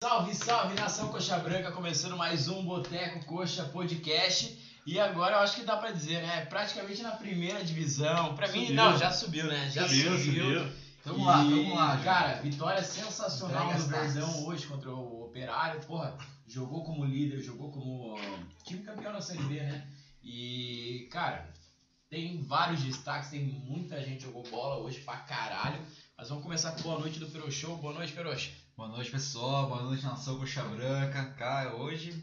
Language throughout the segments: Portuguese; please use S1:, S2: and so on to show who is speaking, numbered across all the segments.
S1: Salve nação Coxa Branca, começando mais um Boteco Coxa Podcast. E agora eu acho que dá pra dizer, né? Praticamente na primeira divisão. Pra mim,
S2: Subiu.
S1: não, já subiu, né? Já subiu.
S3: Vamos lá, vamos lá.
S1: E,
S3: gente.
S1: Cara, vitória sensacional
S3: Entrega
S1: do
S3: as taças.
S1: Verdão hoje contra o Operário. Porra, jogou como líder, jogou como ah, time campeão na Série B, né? E, cara, tem vários destaques, tem muita gente que jogou bola hoje pra caralho. Mas vamos começar com boa noite do Peru Show. Boa noite, Peroxa.
S3: Boa noite, pessoal. Boa noite, nação Coxa Branca. Cara, hoje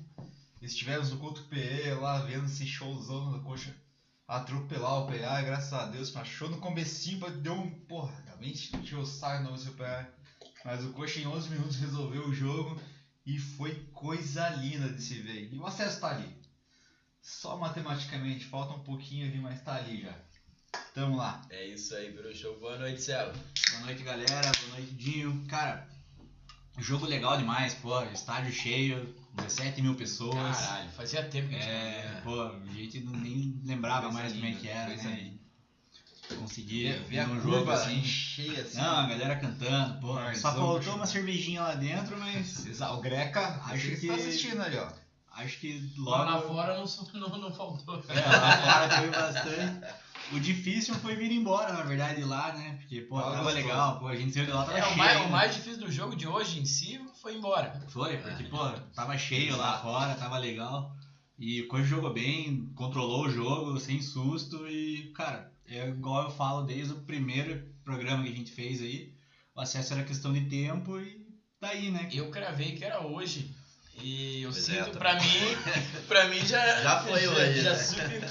S3: estivemos no Culto PE lá vendo esse showzão do Coxa atropelar o PA. Graças a Deus, achou no comecinho, mas deu um. Porra, realmente tirou o saco do seu PA. Mas o Coxa em 11 minutos resolveu o jogo e foi coisa linda de se ver. E o acesso tá ali. Só matematicamente, falta um pouquinho ali, mas tá ali já. Tamo lá.
S1: É isso aí, Peru Show. Boa noite, Celo.
S4: Boa noite, galera. Boa noite, Dinho. Cara, jogo legal demais, pô. Estádio cheio, 17 mil pessoas.
S1: Caralho, fazia tempo que a gente não
S4: É,
S1: via.
S4: pô, a gente não- nem lembrava
S3: Coisa
S4: mais como é
S3: linda,
S4: que era,
S3: coisa
S4: né? Conseguir
S3: Ver, ver a
S4: um
S3: curva né? Ah,
S4: jogo assim.
S3: cheia assim.
S4: Não, a galera cantando, pô.
S3: Mas
S4: Só
S3: o-
S4: faltou uma cervejinha lá dentro, mas
S3: Exato. O Greca,
S4: Acho
S3: acho que
S4: que-
S3: um tá assistindo ali, ó.
S4: acho que
S1: Lá
S4: logo
S1: na fora não, sou- não, não faltou.
S4: É, lá fora teve bastante. O difícil foi vir embora, na verdade, lá, né? Porque, pô,
S3: Tava
S4: tava
S3: gostoso.
S4: legal, pô, a gente saiu de lá, tava
S1: É, o,
S4: cheio.
S1: mais, o
S4: ainda.
S1: mais difícil do jogo de hoje em si foi embora.
S4: Foi, porque, pô, tava cheio lá fora, tava legal. E o Coxa jogou bem, controlou o jogo, sem susto. E, cara, é igual eu falo desde o primeiro programa que a gente fez aí. O acesso era questão de tempo e tá aí, né?
S1: Eu cravei que era hoje. E eu
S2: Pois é,
S1: sinto,
S2: eu
S1: pra mim, pra mim já.
S2: Já foi
S1: já,
S2: hoje,
S1: Já
S2: né?
S1: subiu.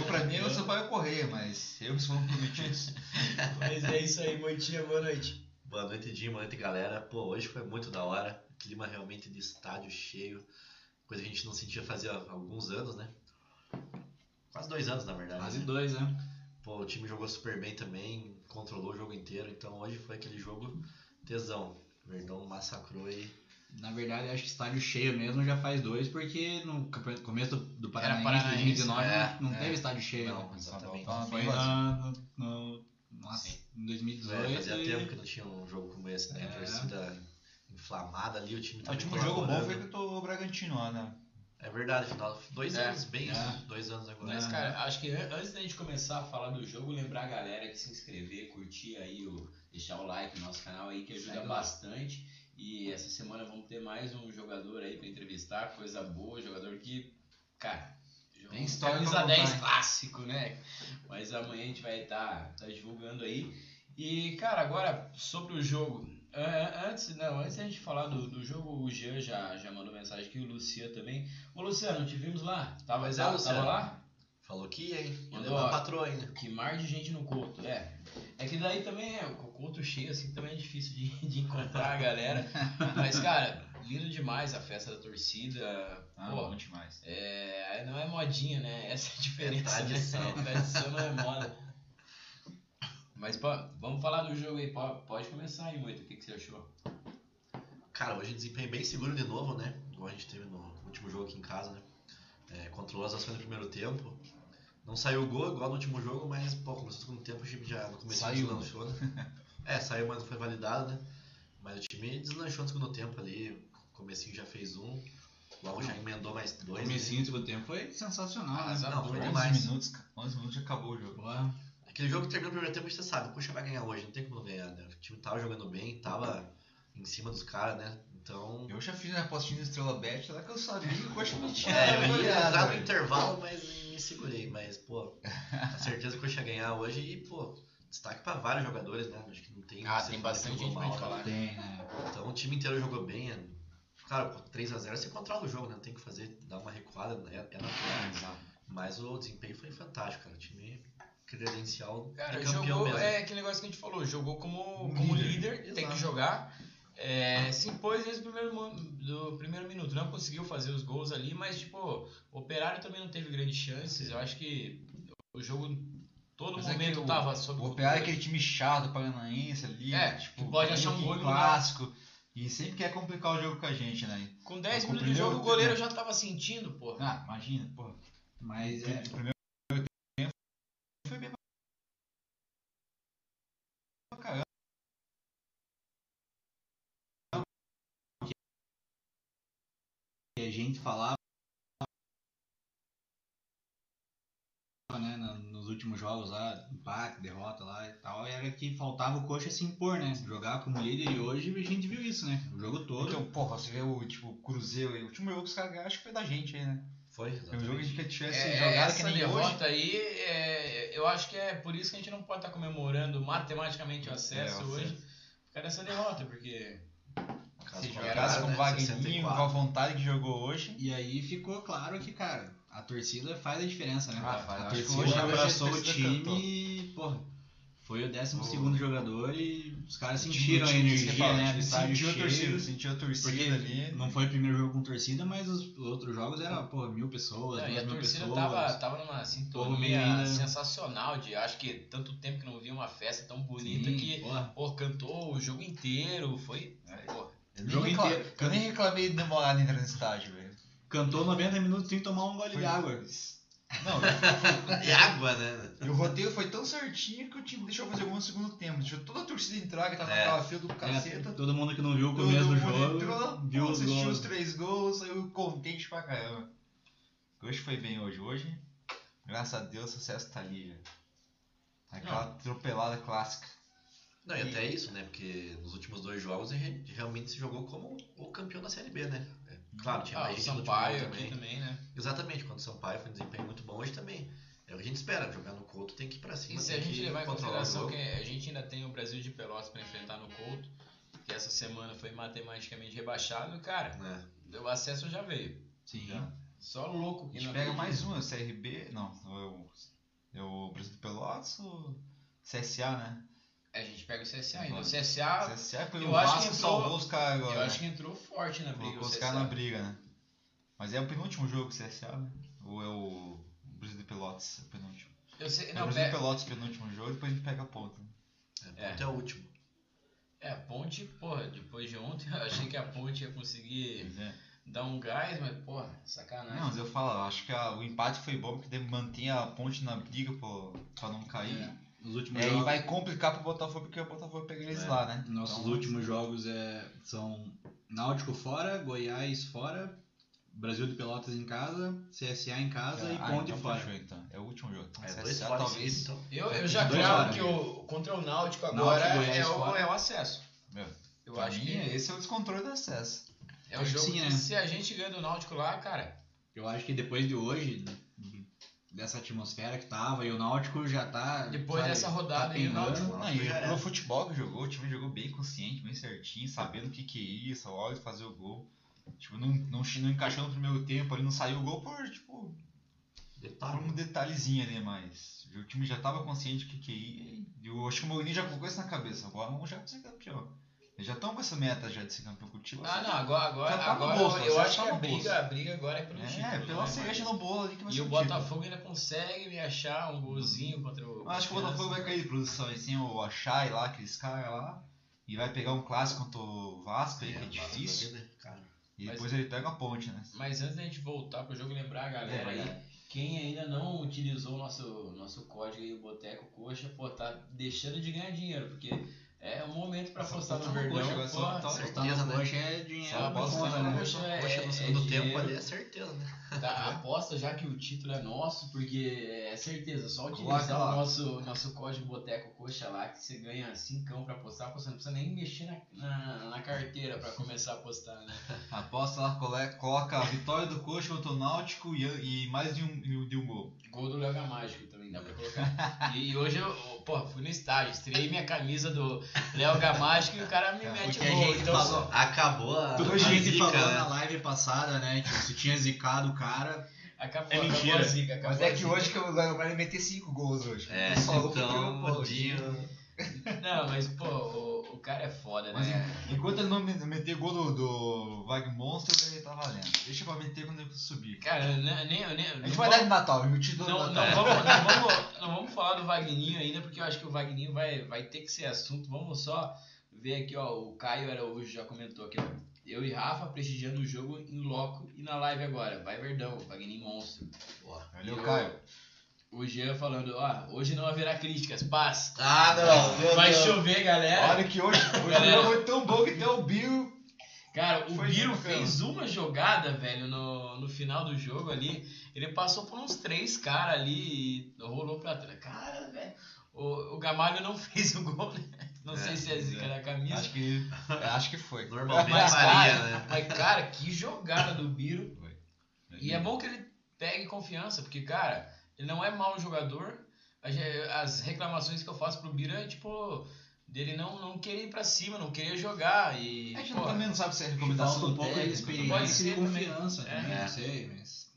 S3: Eu, pra mim, eu sou Paulo Correia, mas eu que sou um prometido.
S1: Mas é isso aí, Moitinha, boa noite.
S2: Boa noite, Dinho. Boa noite, galera. Pô, hoje foi muito da hora. Clima realmente de estádio cheio. Coisa que a gente não sentia fazia alguns anos, né? Quase dois anos, na verdade.
S4: Quase
S2: né?
S4: dois, né?
S2: Pô, o time jogou super bem também, controlou o jogo inteiro. Então hoje foi aquele jogo tesão. Verdão massacrou e
S4: Na verdade, acho que estádio cheio mesmo já faz dois, porque no campe- começo do- do
S1: Era
S4: Paranaense
S1: Paranaense,
S4: 2019
S2: é,
S4: não
S3: é.
S4: teve estádio cheio.
S2: Não,
S4: né?
S2: exatamente.
S3: Tá
S4: Foi
S3: bem vazio.
S4: lá no, no- nossa, em 2018.
S2: É, fazia
S4: e-
S2: tempo que não tinha um jogo como esse, né? A
S4: É.
S2: torcida inflamada ali, o time
S3: É O
S2: tava
S3: último jogo bom foi
S2: colaborando.
S3: contra o Bragantino lá, né?
S2: É verdade, final. Dois
S1: É.
S2: anos, bem
S4: É.
S2: dois anos agora.
S1: Mas,
S4: Aham.
S1: cara, acho que an- antes da gente começar a falar do jogo, lembrar a galera que se inscrever, curtir aí, o, deixar o like no nosso canal aí, que ajuda
S4: Segue lá.
S1: bastante. E essa semana vamos ter mais um jogador aí pra entrevistar, coisa boa, jogador que, cara, joga
S3: Tem história pra
S1: camisa
S3: contar,
S1: 10
S3: hein?
S1: clássico, né? Mas amanhã a gente vai estar divulgando aí. E, cara, agora sobre o jogo. Ah, Antes, não, antes da gente falar do, do jogo, o Jean já, já mandou mensagem aqui, o Lucian também. Ô, Luciano, te vimos lá? Tava,
S2: Pois é,
S1: tava,
S2: Luciano.
S1: tava lá?
S2: Falou que ia, hein? Ia
S1: Mandou,
S2: levar
S1: ó.
S2: a patroa ainda.
S1: Que mar de gente no Couto, é. É que daí também é, o Couto cheio, assim, também é difícil de, de encontrar a galera. Mas, cara, lindo demais a festa da torcida.
S3: Ah,
S1: Pô,
S3: bom demais.
S1: é, não é modinha, né? Essa é a diferença.
S2: É tradição.
S1: Né? Tradição não é moda. Mas, pô, vamos falar do jogo aí. Pô, pode começar aí, Moito. O que, que você achou?
S2: Cara, hoje desempenho é bem seguro de novo, né? Igual a gente teve no último jogo aqui em casa, né? É, controlou as ações no primeiro tempo. Não saiu o gol igual no último jogo, mas, pô, começou o segundo tempo, o time já no começo
S3: Saiu.
S2: deslanchou, né? É, saiu, mas não foi validado, né? Mas o time deslanchou no segundo tempo ali, o comecinho já fez um, logo já emendou mais
S4: O
S2: dois. né?
S4: comecinho do segundo tempo foi sensacional, né?
S2: não, foi
S3: 11
S2: demais.
S3: minutos, cara. 11 minutos já acabou o jogo.
S4: Porra.
S2: Aquele jogo que terminou o primeiro tempo, você sabe, o Coxa vai ganhar hoje, não tem como não ganhar, né? O time tava jogando bem, tava em cima dos caras, né? Então.
S3: Eu já fiz minha apostinha no Estrela Bet, lá que eu sabia que o Coxa não tinha.
S2: É, eu ia
S3: goleado,
S2: entrar no
S3: velho.
S2: intervalo, mas me segurei. Mas, pô, a certeza que eu ia ganhar hoje e, pô, destaque pra vários jogadores, né? Acho que não tem.
S1: Ah,
S2: você
S1: tem
S2: falar
S1: bastante
S2: que jogou
S1: gente pra gente
S2: mal,
S1: falar.
S2: né?
S4: Tem, né?
S2: Então o time inteiro jogou bem. é- Claro, com 3x0 você controla o jogo, né? Não tem o que fazer, dar uma recuada, né? é natural. Mas o desempenho foi fantástico, cara. O time credencial
S1: Cara,
S2: de campeão
S1: jogou,
S2: mesmo.
S1: é aquele negócio que a gente falou, jogou como, como líder,
S2: Líder.
S1: tem que
S2: Exato.
S1: jogar. É,
S3: Ah.
S1: se impôs desde o primeiro, mo- do primeiro minuto, não conseguiu fazer os gols ali, mas tipo, o Operário também não teve grandes chances. Eu acho que o jogo todo
S3: Mas é
S1: momento
S3: que o-
S1: tava sob
S3: O Operário é aquele time chato, paranaense ali.
S1: É,
S3: tipo,
S1: que pode achar um
S3: bem
S1: gol e não dá.
S3: clássico. E sempre quer complicar o jogo com a gente, né?
S1: Com 10
S3: com o
S1: minutos de jogo,
S3: primeiro-
S1: o goleiro já tava sentindo, porra.
S3: Ah, imagina, porra.
S4: Mas
S3: O
S4: é,
S3: primeiro tempo foi bem pra caramba.
S4: que a gente falava né, na- nos últimos jogos lá, empate, derrota lá e tal, era que faltava o coxa se impor, né? Jogar como líder e hoje a gente viu isso, né? O jogo todo.
S3: Então, porra, você vê o tipo, Cruzeiro aí. O último jogo que os caras ganharam, acho que foi da gente aí, né?
S2: Foi,
S3: Foi um jogo que a gente
S2: exatamente.
S3: tivesse
S1: É,
S3: jogado que
S1: essa
S3: nem hoje.
S1: derrota aí, é, eu acho que é por isso que a gente não pode estar comemorando matematicamente o acesso
S3: É, o
S1: hoje, por causa dessa derrota, porque
S2: Caso
S1: se
S2: com
S1: jogasse
S3: Jogasse
S2: Alcântara,
S3: com o
S2: né,
S3: Wagninho, com a
S2: 64.
S3: vontade que jogou hoje.
S4: E aí ficou claro que, cara, a torcida faz a diferença, né?
S3: Ah, faz.
S4: a
S3: Acho que
S4: torcida
S3: hoje a
S4: abraçou o
S3: torcida
S4: time
S3: cantou.
S4: e, porra, foi o 12
S2: O-
S4: segundo jogador e os caras
S3: O time-
S4: sentiram
S3: o
S4: a
S3: time- isso que
S4: energia,
S3: eu falo,
S4: né?
S3: o
S4: Do
S3: time
S4: estádio
S3: Sentiu a torcida,
S4: cheio.
S3: sentiu a
S4: Porque
S3: torcida ali.
S4: assim. não foi o primeiro jogo com torcida, mas os outros jogos eram, porra, mil pessoas,
S1: não, e
S4: duas
S1: a
S4: mil
S1: torcida
S4: pessoas.
S1: tava, tava numa
S4: meio
S1: sintonia
S4: ainda-
S1: sensacional de acho que tanto tempo que não via uma festa tão bonita
S4: Sim,
S1: que
S4: porra.
S1: pô, cantou o jogo inteiro, foi. pô,
S3: Eu
S4: O
S3: nem
S4: jogo
S3: recla-
S4: inteiro.
S3: Eu nem reclamei de demorar de entrar no estádio, velho.
S4: Cantou 90 minutos sem tomar um gole
S3: Foi-
S4: de água.
S3: Não,
S2: E água, né?
S3: e o roteiro foi tão certinho que o time deixou fazer algum segundo tempo. Deixou toda a torcida entrar, que tava
S2: É.
S3: naquela fila do
S4: É,
S3: caceta.
S4: todo mundo que não viu o
S3: Todo
S4: começo do
S3: mundo
S4: jogo
S3: entrou,
S4: viu os
S3: assistiu
S4: gols.
S3: os três gols, saiu contente pra caramba. Hoje foi bem hoje. Hoje, graças a Deus, o sucesso tá ali já. Aquela atropelada clássica.
S2: Não, e até isso, né? Porque nos últimos dois jogos a gente realmente se jogou como o campeão da Série B, né? É, Claro, tinha
S1: ah,
S2: mais
S1: o
S2: gente no último jogo
S1: Sampaio aqui
S2: também.
S1: também, né?
S2: Exatamente, quando o Sampaio foi um desempenho muito bom hoje também. É o que a gente espera, jogar no Couto tem que ir pra cima,
S1: E se a
S2: tem
S1: gente
S2: que
S1: levar em
S2: controlar o
S1: consideração
S2: jogo.
S1: que a gente ainda tem o Brasil de Pelotas pra enfrentar no Couto, que essa semana foi matematicamente rebaixado, cara,
S2: né?
S1: o acesso já veio.
S4: Sim.
S3: Já.
S1: Só louco
S3: A
S1: que é
S3: gente
S1: não
S3: pega
S1: acredita.
S3: mais uma, CRB. Não, é o, é o Brasil do Pelotas ou CSA, né?
S1: É, a gente pega o CSA ainda. O
S3: Bora.
S1: CSA,
S3: CSA foi
S1: Ah, eu
S3: é o
S1: acho que
S3: Vasco
S1: entrou-
S3: salvou os caras agora.
S1: eu
S3: né?
S1: acho que entrou forte na briga.
S3: Colocou
S1: O
S3: os caras na
S1: CSA.
S3: briga, né? Mas é o penúltimo jogo do CSA, né? Ou é o Brasil do Pelotas, é o penúltimo.
S1: Eu sei,
S3: é o
S1: não,
S3: Brasil
S1: pe-
S3: do Pelotas, penúltimo jogo, depois a gente pega a ponta. né?
S2: É, ponto é o último.
S1: é, a Ponte, porra, depois de ontem, eu achei que a Ponte ia conseguir
S3: Pois é.
S1: dar um gás, mas, porra, sacanagem.
S3: Não, mas eu falo, eu acho que a- o empate foi bom porque deve manter a ponte na briga pro, pra não cair.
S1: É.
S4: Nos últimos
S3: E aí
S4: jogos.
S3: vai complicar pro Botafogo porque o Botafogo pega
S1: É.
S3: eles lá, né?
S4: Nossos
S3: Então,
S4: últimos jogos é, são Náutico fora, Goiás fora, Brasil de Pelotas em casa, CSA em casa e
S3: ah,
S4: Ponte
S3: então
S4: fora.
S3: fechou, então. É o último jogo. Então,
S2: É,
S3: CSA
S2: dois fora
S3: talvez.
S2: talvez. Então,
S1: Eu, eu
S3: Tem
S1: já
S4: dois
S1: cravo
S4: jogos.
S1: que o, contra o Náutico
S4: Náutico,
S1: agora é,
S4: Goiás
S1: o,
S4: fora.
S1: é o acesso.
S3: Meu,
S1: Eu
S3: pra
S1: acho
S3: mim,
S1: que é,
S3: esse é o descontrole do acesso.
S1: é o jogo
S4: Sim,
S1: que
S4: né?
S1: se a gente ganha do Náutico lá, cara,
S4: Eu acho que depois de hoje, dessa atmosfera que tava, e o Náutico já tá.
S1: depois
S4: sabe,
S1: dessa
S4: tá
S1: rodada aí o
S4: pingando.
S1: Náutico...
S3: Não,
S2: acho
S3: e
S2: que já
S3: pro
S2: é.
S3: futebol que jogou, o time jogou bem consciente, bem certinho, sabendo o que que ia, só olha fazer o gol. Tipo, não, não, não encaixou no primeiro tempo, ali não saiu o gol por, tipo, Por
S2: detalhe.
S3: um detalhezinho ali, mas o time já tava consciente que que ia. e Eu acho que o Mourinho já colocou isso na cabeça. Agora vamos já ser campeão. Eles já estão com essa meta já de ser campeão com o time.
S1: Ah, não, agora, agora,
S3: Já tá no
S1: agora
S3: bolso,
S1: eu
S3: já
S1: acho
S3: tá
S1: que a
S3: no bolso.
S1: briga, a briga agora é pelo título.
S3: É, pela
S1: né,
S3: cereja
S1: mas-
S3: no bolo ali que vai
S1: E
S3: ser um
S1: o
S3: título.
S1: Botafogo ainda consegue me achar um golzinho contra o...
S3: Eu acho que o Botafogo vai cair de produção aí, sem o Achai lá, aqueles caras lá. E vai pegar um clássico contra o Vasco aí, que é difícil.
S2: né, cara?
S3: E
S1: Mas-
S3: depois ele pega a ponte, né?
S1: Mas antes da gente voltar pro jogo, lembrar a galera
S3: É,
S1: aí, quem ainda não utilizou o nosso, nosso código aí, o Boteco Coxa, pô, tá deixando de ganhar dinheiro, porque é o momento pra
S3: Essa
S1: apostar no
S3: porra,
S1: Verdão. pô,
S3: agora só tá-
S1: tá-
S4: Apostar
S2: Certeza,
S4: no
S2: né?
S4: coxa é dinheiro
S3: Só
S4: pra
S3: aposta
S4: conta,
S3: no
S4: né?
S1: coxa. É,
S2: Poxa,
S1: é
S2: no segundo
S1: dinheiro.
S2: tempo ali é certeza, né?
S1: tá, aposta já que o título é nosso, porque é certeza, só
S3: Coloca
S1: utilizar
S3: lá.
S1: o nosso, nosso código Boteco Coxa lá, que você ganha 5 pra apostar, pô, você não precisa nem mexer na, na, na carteira pra começar a apostar, né?
S3: Aposta lá, cole- coloca a vitória do Coxa contra o Náutico e, e mais de um, de um gol.
S1: Gol do Léo Gamágico também, dá pra colocar. E hoje eu, pô, fui no estádio, estreiei minha camisa do Léo Gamágico e o cara me
S3: É,
S1: mete
S4: porque
S1: o
S4: a
S1: gol.
S4: gente
S1: Então,
S4: falou.
S2: Acabou a,
S4: A
S2: a
S4: gente
S2: zica,
S4: falou
S2: né?
S4: na live passada, né? Que se tinha zicado o cara.
S1: acabou,
S4: É
S1: acabou
S4: mentira.
S1: a zica, acabou
S3: Mas é
S1: a
S3: que
S1: zica.
S3: hoje que o Léo vai meter 5 gols hoje.
S2: É,
S3: Eu só louco
S2: então,
S3: que eu- pô,
S2: dia-
S1: Não, mas, pô, o, o cara é foda,
S3: Mas
S1: né?
S3: en- enquanto ele não me- não meter gol do, do Vagmonster, ele tá valendo. Deixa pra meter quando eu subir.
S1: Cara, eu ne- nem. Eu, nem
S3: A
S1: não
S3: gente vai dar de Natal, viu? O título do
S1: Não, não,
S3: Natal.
S1: vamos, não, vamos, não vamos falar do Vagninho ainda, porque eu acho que o Vagninho vai, vai ter que ser assunto. Vamos só ver aqui, ó. O Caio Araújo já comentou aqui, ó. Eu e Rafa prestigiando o jogo em loco e na live agora. Vai Verdão, Vagninho monstro.
S3: Valeu, Caio.
S1: O Jean falando, ó, hoje não haverá críticas, paz.
S2: Ah, não.
S1: Vai
S2: não.
S1: chover, galera.
S3: Olha que hoje, hoje o
S1: Galera.
S3: jogo foi tão bom que até o Bill
S1: Cara, o
S3: Foi
S1: Biro
S3: bacana.
S1: fez uma jogada, velho, no, no final do jogo ali. Ele passou por uns três caras ali e rolou pra trás. Cara, velho, o, o Gamalho não fez o gol, né? Não
S2: É,
S1: sei se é zica da camisa.
S3: Acho que, acho que foi.
S2: Normalmente
S1: Mas,
S2: Maria,
S1: cara,
S2: né?
S1: mas, cara, que jogada do Biro.
S3: Foi.
S1: E é bom que ele pegue confiança, porque, cara, ele não é mau jogador. A ge- As reclamações que eu faço pro Biro é, tipo, dele não, não querer ir pra cima, não querer jogar. E,
S3: A gente
S1: pô,
S3: também não sabe se é recomendação
S4: Falta
S3: do
S4: um pouco de
S3: técnico,
S1: pode
S4: experiência
S1: ser
S4: e
S1: também.
S4: confiança também,
S2: É.
S4: não sei, mas.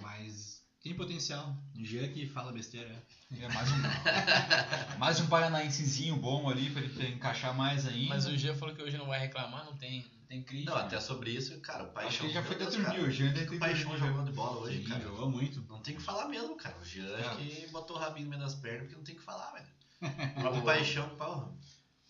S4: Mas tem potencial. Jean que fala besteira. é.
S3: É mais um, mais um paranaensezinho bom ali pra ele ter- encaixar mais ainda.
S1: Mas o Jean falou que hoje não vai reclamar, não tem, não tem crítica.
S2: Não, até sobre isso, cara, o
S3: Acho que
S2: Paixão.
S3: ele já
S2: meu
S3: foi
S2: Deus,
S3: até né? dormir,
S2: cara,
S3: o Jean
S2: o que
S3: deve
S2: que
S3: ter
S2: o Paixão
S3: dormido já.
S2: jogando bola hoje,
S4: Sim,
S2: cara.
S4: jogou muito.
S2: Não tem o que falar mesmo, cara. O Jean acho
S3: É.
S2: que botou o rabinho no meio das pernas porque não tem o que falar, velho. O próprio Paixão, porra.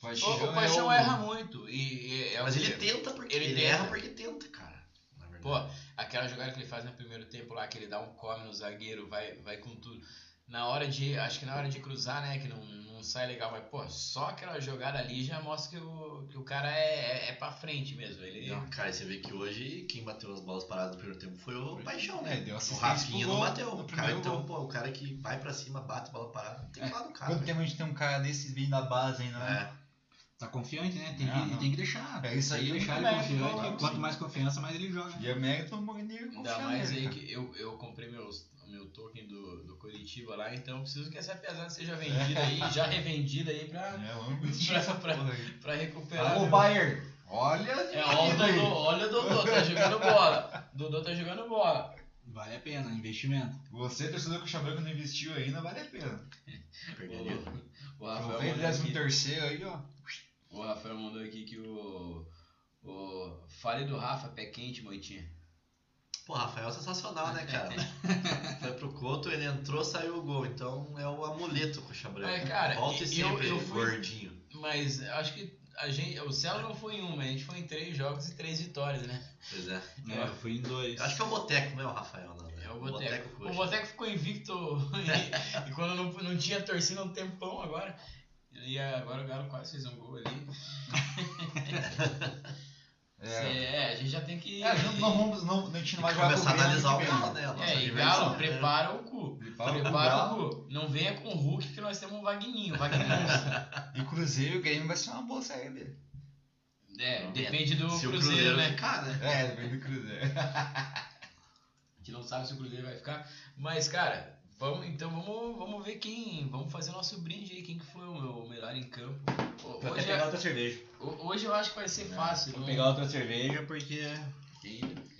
S1: O, o Paixão
S3: é um
S1: erra muito. E, e é o
S2: Mas
S1: que-
S2: ele tenta porque
S1: Ele
S2: ele,
S1: tenta.
S2: erra porque tenta, cara. Na verdade.
S1: Pô, aquela jogada que ele faz no primeiro tempo lá, que ele dá um come no zagueiro, vai, vai com tudo. Na hora de. Acho que na hora de cruzar, né? Que não, não sai legal, mas, pô, só aquela jogada ali já mostra que o, que o cara é, é, é pra frente mesmo. Ele.
S2: Não, cara, e você vê que hoje quem bateu as bolas paradas no primeiro tempo foi o Paixão,
S3: É,
S2: né?
S3: deu
S2: o
S3: assistência
S2: Rafinha
S3: pro
S2: não
S3: gol
S2: bateu.
S3: no
S2: O cara,
S3: primeiro
S2: então, pô, o cara que vai pra cima, bate bola parada, não tem que falar do cara. né?
S3: Quanto
S2: velho.
S3: tempo a gente tem um cara desse vindo da base ainda, né?
S2: É,
S4: Tá confiante, né? Tem,
S3: Ah,
S4: que,
S3: não.
S4: tem que deixar.
S3: É isso
S4: Tem
S3: aí,
S4: que deixar ele
S3: também,
S4: confiante.
S3: claro,
S4: quanto
S3: sim.
S4: mais confiança, mais ele joga.
S3: E é mérito do Mourinho
S1: Ainda
S3: confiar
S1: mais
S3: nele,
S1: aí
S3: cara.
S1: que eu, eu comprei meus, meu token do, do Curitiba lá, então preciso que essa pesada seja vendida aí, já revendida aí pra,
S3: É, vamos tirar essa porra aí.
S1: pra recuperar.
S3: Alô,
S1: meu-
S3: Bayer! Olha
S1: É, ó, o Dodô, olha o Dodô, tá jogando bola. Dodô tá jogando bola.
S4: Vale a pena, investimento.
S3: Você, torcedor que o Chabranco não investiu ainda, vale a pena.
S2: É, perderia.
S1: O, o Rafael
S3: Aproveita o
S1: mandou Tá, aqui-
S3: 13 terceiro aí, ó.
S1: o Rafael mandou aqui que o. O. Fale do Rafa, pé quente, moitinha.
S2: Pô, Rafael é sensacional, né, cara? Foi pro Couto, ele entrou, saiu o gol. Então é o amuleto com o Xabrão.
S1: É, cara,
S2: Volta
S1: e-
S2: e
S1: eu-
S2: sempre,
S1: eu fui-
S2: gordinho.
S1: Mas acho que a gente. O Celo não foi em uma, a gente foi em três jogos e três vitórias, né?
S2: Pois é.
S1: É.
S4: É, eu fui em dois.
S2: Eu acho que é o Boteco, não é o Rafael, não. né?
S1: É o Boteco.
S2: Coxa.
S1: O Boteco ficou invicto e, e quando não, não tinha torcida um tempão agora. E agora o Galo quase fez um gol ali. Cê-
S3: É.
S1: É, a gente já tem que.
S3: É, a gente não vamos, não, a gente
S2: Tem
S3: não vai
S2: que
S3: jogar
S2: começar
S3: com
S2: a
S3: o Grêmio
S2: analisar o
S3: ano que vem,
S2: Galo,
S3: né?
S2: né? a nossa
S1: É, e
S2: diversão,
S1: Galo,
S2: né?
S1: prepara o cu.
S3: Prepara o
S1: Prepara
S3: Galo.
S1: o cu. Não venha com o Hulk que nós temos um o Vagninho. Vagninho.
S3: E Cruzeiro, o Grêmio vai ser uma boa saída.
S1: É, depende do
S2: Se o
S1: Cruzeiro,
S2: Cruzeiro
S1: né?
S2: ficar, né?
S3: É, vem do Cruzeiro.
S1: A gente não sabe se o Cruzeiro vai ficar. Mas, cara, vamos, então vamos, vamos ver quem. Vamos fazer nosso brinde aí. Quem que foi o meu melhor em campo. Pô,
S4: Vou até
S1: hoje,
S4: pegar
S1: é-
S4: outra cerveja. É,
S1: ho- hoje eu acho que vai ser fácil.
S4: Vou
S1: não-
S4: pegar outra cerveja porque.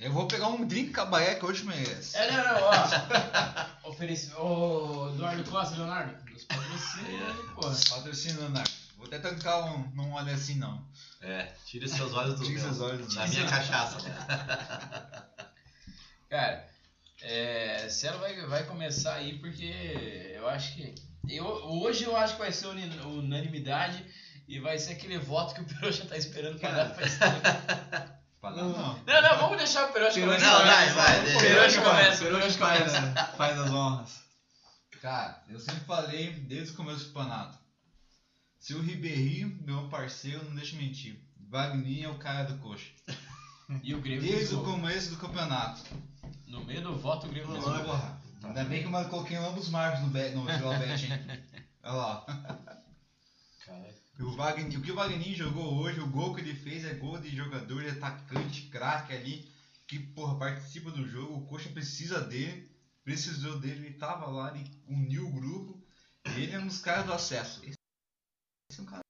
S3: Eu vou pegar um drink cabaré que hoje merece.
S1: É, não, não, ó. Ofereci. Ô, Eduardo Costa, Leonardo. Nos
S4: É.
S1: patrocina aí, porra.
S3: Patrocínio, Leonardo. Vou até tancar um, não olha assim, não.
S2: É, tira seus olhos do
S3: Tira
S2: meu.
S3: seus olhos do
S2: Da
S3: meu.
S2: minha cachaça, né?
S1: Cara, é, Celo vai, vai começar aí porque eu acho que. Eu, hoje eu acho que vai ser uni- unanimidade e vai ser aquele voto que o Peroxa tá esperando pra
S4: Cara.
S1: dar faz tempo.
S3: Falar não.
S1: Não, não, vamos deixar o Peroxa
S4: Peroxa
S1: começar.
S2: vai, vai, deixa.
S1: Peroxa começa,
S4: Peruche
S1: Peroxa
S4: faz,
S1: começa.
S4: faz as honras.
S3: Cara, eu sempre falei desde o começo do campeonato. Se o Ribeirinho, meu parceiro, não deixa eu mentir. Wagner é o cara do coxa.
S1: E o Grêmio fez
S3: Desde o
S1: gol.
S3: começo do campeonato.
S1: No meio do voto, o Grêmio fez gol.
S3: Porra, ainda bem que eu coloquei ambos marcos no, bet, no Filobet, hein? Olha lá. ó. O, Wagner, o que o Wagner jogou hoje, o gol que ele fez é gol de jogador, de atacante, craque ali, que porra, participa do jogo, o Coxa precisa dele, precisou dele, ele tava lá, ele uniu o grupo, e ele é um dos caras do acesso. Esse esse é um cara.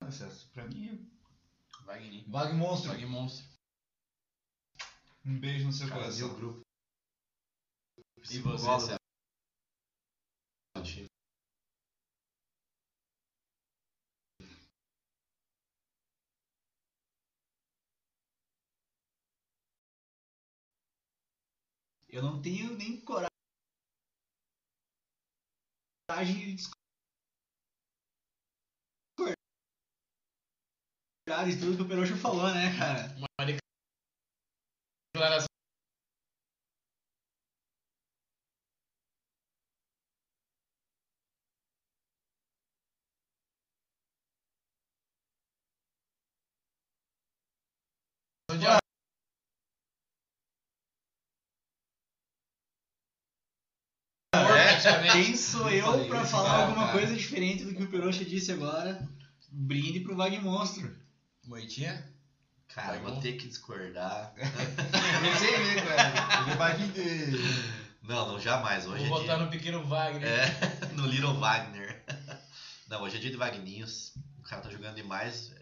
S3: do Acesso. Pra mim,
S1: Wagner.
S3: Wagner é Monstro.
S1: Wagner monstro.
S3: Um beijo no seu
S2: Fazer o
S3: coração.
S2: grupo.
S1: E você,
S2: Bola.
S1: Celo?
S4: Eu não tenho nem coragem de discordar de tudo que o Perucho falou, né, cara?
S1: Declaração. Sou de
S3: Claro.
S1: amor, praticamente.
S4: Quem sou eu
S3: Falei
S4: pra
S3: isso,
S4: falar
S3: cara,
S4: alguma
S3: cara.
S4: coisa diferente do que o Peroxa disse agora? Brinde pro Vag Monstro.
S1: Moitinha?
S2: Cara, eu vou
S1: Vai,
S2: ter que discordar.
S3: Pensei mesmo, cara. Ele vai vir de.
S2: Não, não, jamais. Hoje
S1: Vou
S2: é dia...
S1: botar no pequeno Wagner.
S2: É, no Little Wagner. Não, hoje é dia de Wagninhos. O cara tá jogando demais.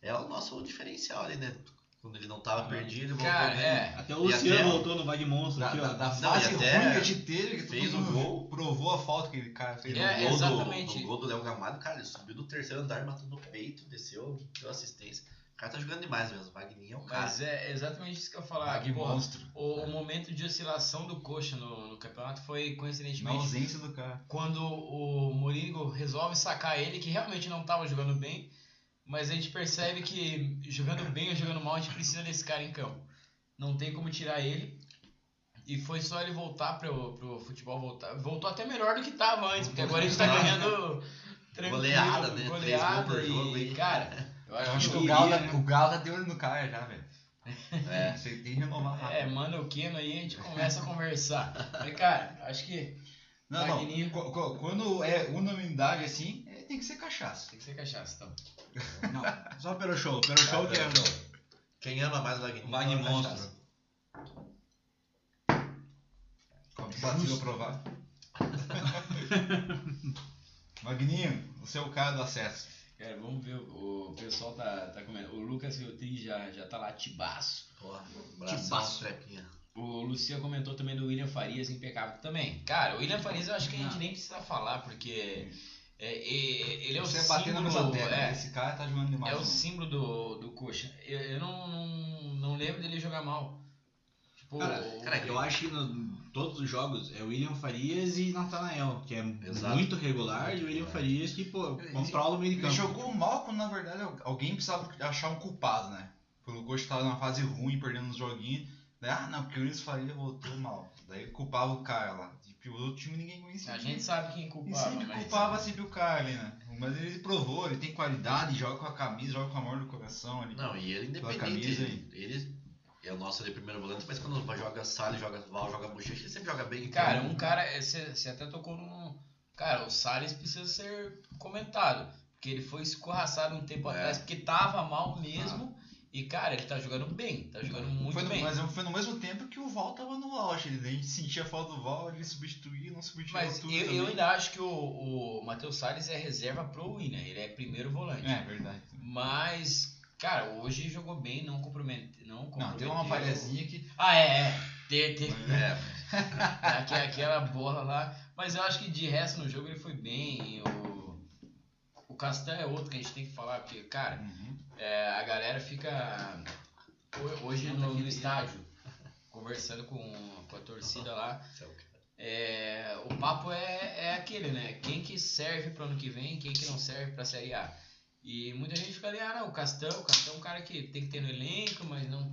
S2: É o nosso diferencial ali, né? Quando ele não tava perdido, ele voltou
S1: Ah, Cara,
S2: bem.
S1: é.
S4: Até o
S2: E
S4: Luciano
S2: até-
S4: voltou no Vag Monstro
S3: Da,
S4: aqui, ó.
S3: da, da
S2: Não,
S3: fase
S2: e
S3: ruim
S2: até
S3: que a gente teve, que
S2: fez
S3: todo
S2: um
S3: mundo
S2: gol.
S3: provou a falta que ele cara fez. um
S2: No
S3: no
S1: É,
S2: gol do-
S1: exatamente.
S2: no gol do Léo Gamado, cara, ele subiu do terceiro andar, matou no peito, desceu, deu assistência. O cara tá jogando demais mesmo. O Wagninho é um cara.
S1: Mas é exatamente isso que eu ia falar.
S2: Ah,
S3: Wagner
S1: Porra,
S3: monstro.
S1: o, o momento de oscilação do Coxa no, no campeonato foi,
S3: Na
S1: coincidentemente,
S3: ausência do cara.
S1: quando o Mourinho resolve sacar ele, que realmente não estava jogando bem, mas a gente percebe que jogando bem ou jogando mal, a gente precisa desse cara em campo. Não tem como tirar ele. E foi só ele voltar pro, pro futebol voltar. Voltou até melhor do que tava antes, porque agora a gente tá ganhando tranquilo,
S2: Goleada, né? Três
S1: goleada
S2: gols por
S1: e,
S2: jogo, hein?
S1: cara, eu
S3: Eu
S1: acho
S3: acho
S1: que
S3: que
S1: o
S3: o
S4: queria,
S3: Galo,
S4: né?
S3: tá, o Galo tá de olho no cara já, velho.
S2: É.
S3: Você tem que renovar rápido.
S1: É, manda o Keno aí, a gente começa a conversar. Mas, cara, acho que
S3: Não,
S1: Wagninho.
S3: não. co- co- Quando é unanimidade assim, é, tem que ser cachaça.
S1: tem que ser cachaça, então.
S4: Não, só o Peroxou. O
S3: Ah,
S4: Peroxou que é
S2: Quem ama mais o Wagninho?
S4: o Vag
S2: ama mais
S4: Monstro.
S3: Fácil provar. Magninho, você é o cara do acesso.
S1: Cara, vamos ver, o pessoal tá, tá comendo. O Lucas Filtri já, já tá lá, tibaço.
S2: Porra, braço, né,
S1: Tibaço.
S2: trepinha.
S1: O Lucia comentou também do William Farias, impecável também. Cara, o William Farias eu acho que a gente
S4: Ah.
S1: nem precisa falar, porque é, e- ele é o
S3: você
S1: símbolo...
S3: na mesma tecla.
S1: é,
S3: Esse cara tá jogando demais.
S1: é o
S3: mano.
S1: símbolo do, do coxa. Eu, eu não, não, não lembro dele jogar mal. Tipo,
S4: Cara,
S1: o-
S4: cara, eu acho que no- todos os jogos é William Farias e Nathanael, que é
S2: Exato.
S4: muito regular, e o William Farias que, pô, controla o meio de
S3: Ele
S4: campo.
S3: jogou mal quando na verdade al- alguém precisava achar um culpado, né? Pelo Ghost tava numa fase ruim, perdendo uns joguinhos. Daí, ah, não, porque o Willis Faria voltou mal. Daí culpava o cara lá. E o outro time ninguém conhecia.
S1: a gente sabe quem
S3: E
S1: culpava,
S3: sempre
S1: mas... é
S3: culpava sempre o cara ali, né? Mas ele provou, ele tem qualidade, joga com a camisa, joga com amor no coração ali.
S2: Não, e ele
S3: Pela
S2: independente.
S3: camisa, hein?
S2: ele, ele é o nosso ali primeiro volante, mas quando joga Salles, joga Val, joga Bochecha, ele sempre joga bem.
S1: Cara,
S2: então-
S1: um cara, é, você você até tocou num. Cara, o Salles precisa ser comentado. Porque ele foi escorraçado um tempo
S2: É.
S1: atrás, porque tava mal mesmo. E, cara, ele tá jogando bem. Tá jogando muito
S3: Ah. Foi no-
S1: bem. Mas,
S3: Mas é um, foi no mesmo tempo que o Val tava no auge. Ele nem sentia falta do Val, ele substituía, não substituiu
S1: eu,
S3: tudo
S1: eu
S3: também.
S1: ainda acho que o, o Matheus Salles é reserva pro Win, né? Ele é primeiro volante.
S3: É, verdade.
S1: Mas, cara, hoje jogou bem, não compromete. Não,
S3: Não,
S1: comprometeu.
S3: deu uma falhazinha que...
S1: Ah, é, é. Te- te-
S2: É,
S1: Aque- aquela bola lá. Mas eu acho que de resto no jogo ele foi bem. O, o Castan é outro que a gente tem que falar, porque, cara,
S3: Uhum.
S1: é, a galera fica ho- hoje tá no, no estádio conversando com, com a torcida lá.
S2: esse é o cara.
S1: É, o papo é, é aquele, né? Quem que serve pro ano que vem, quem que não serve pra Série A. E muita gente fica ali, ah, não, o Castan, o Castan é um cara que tem que ter no elenco, mas não.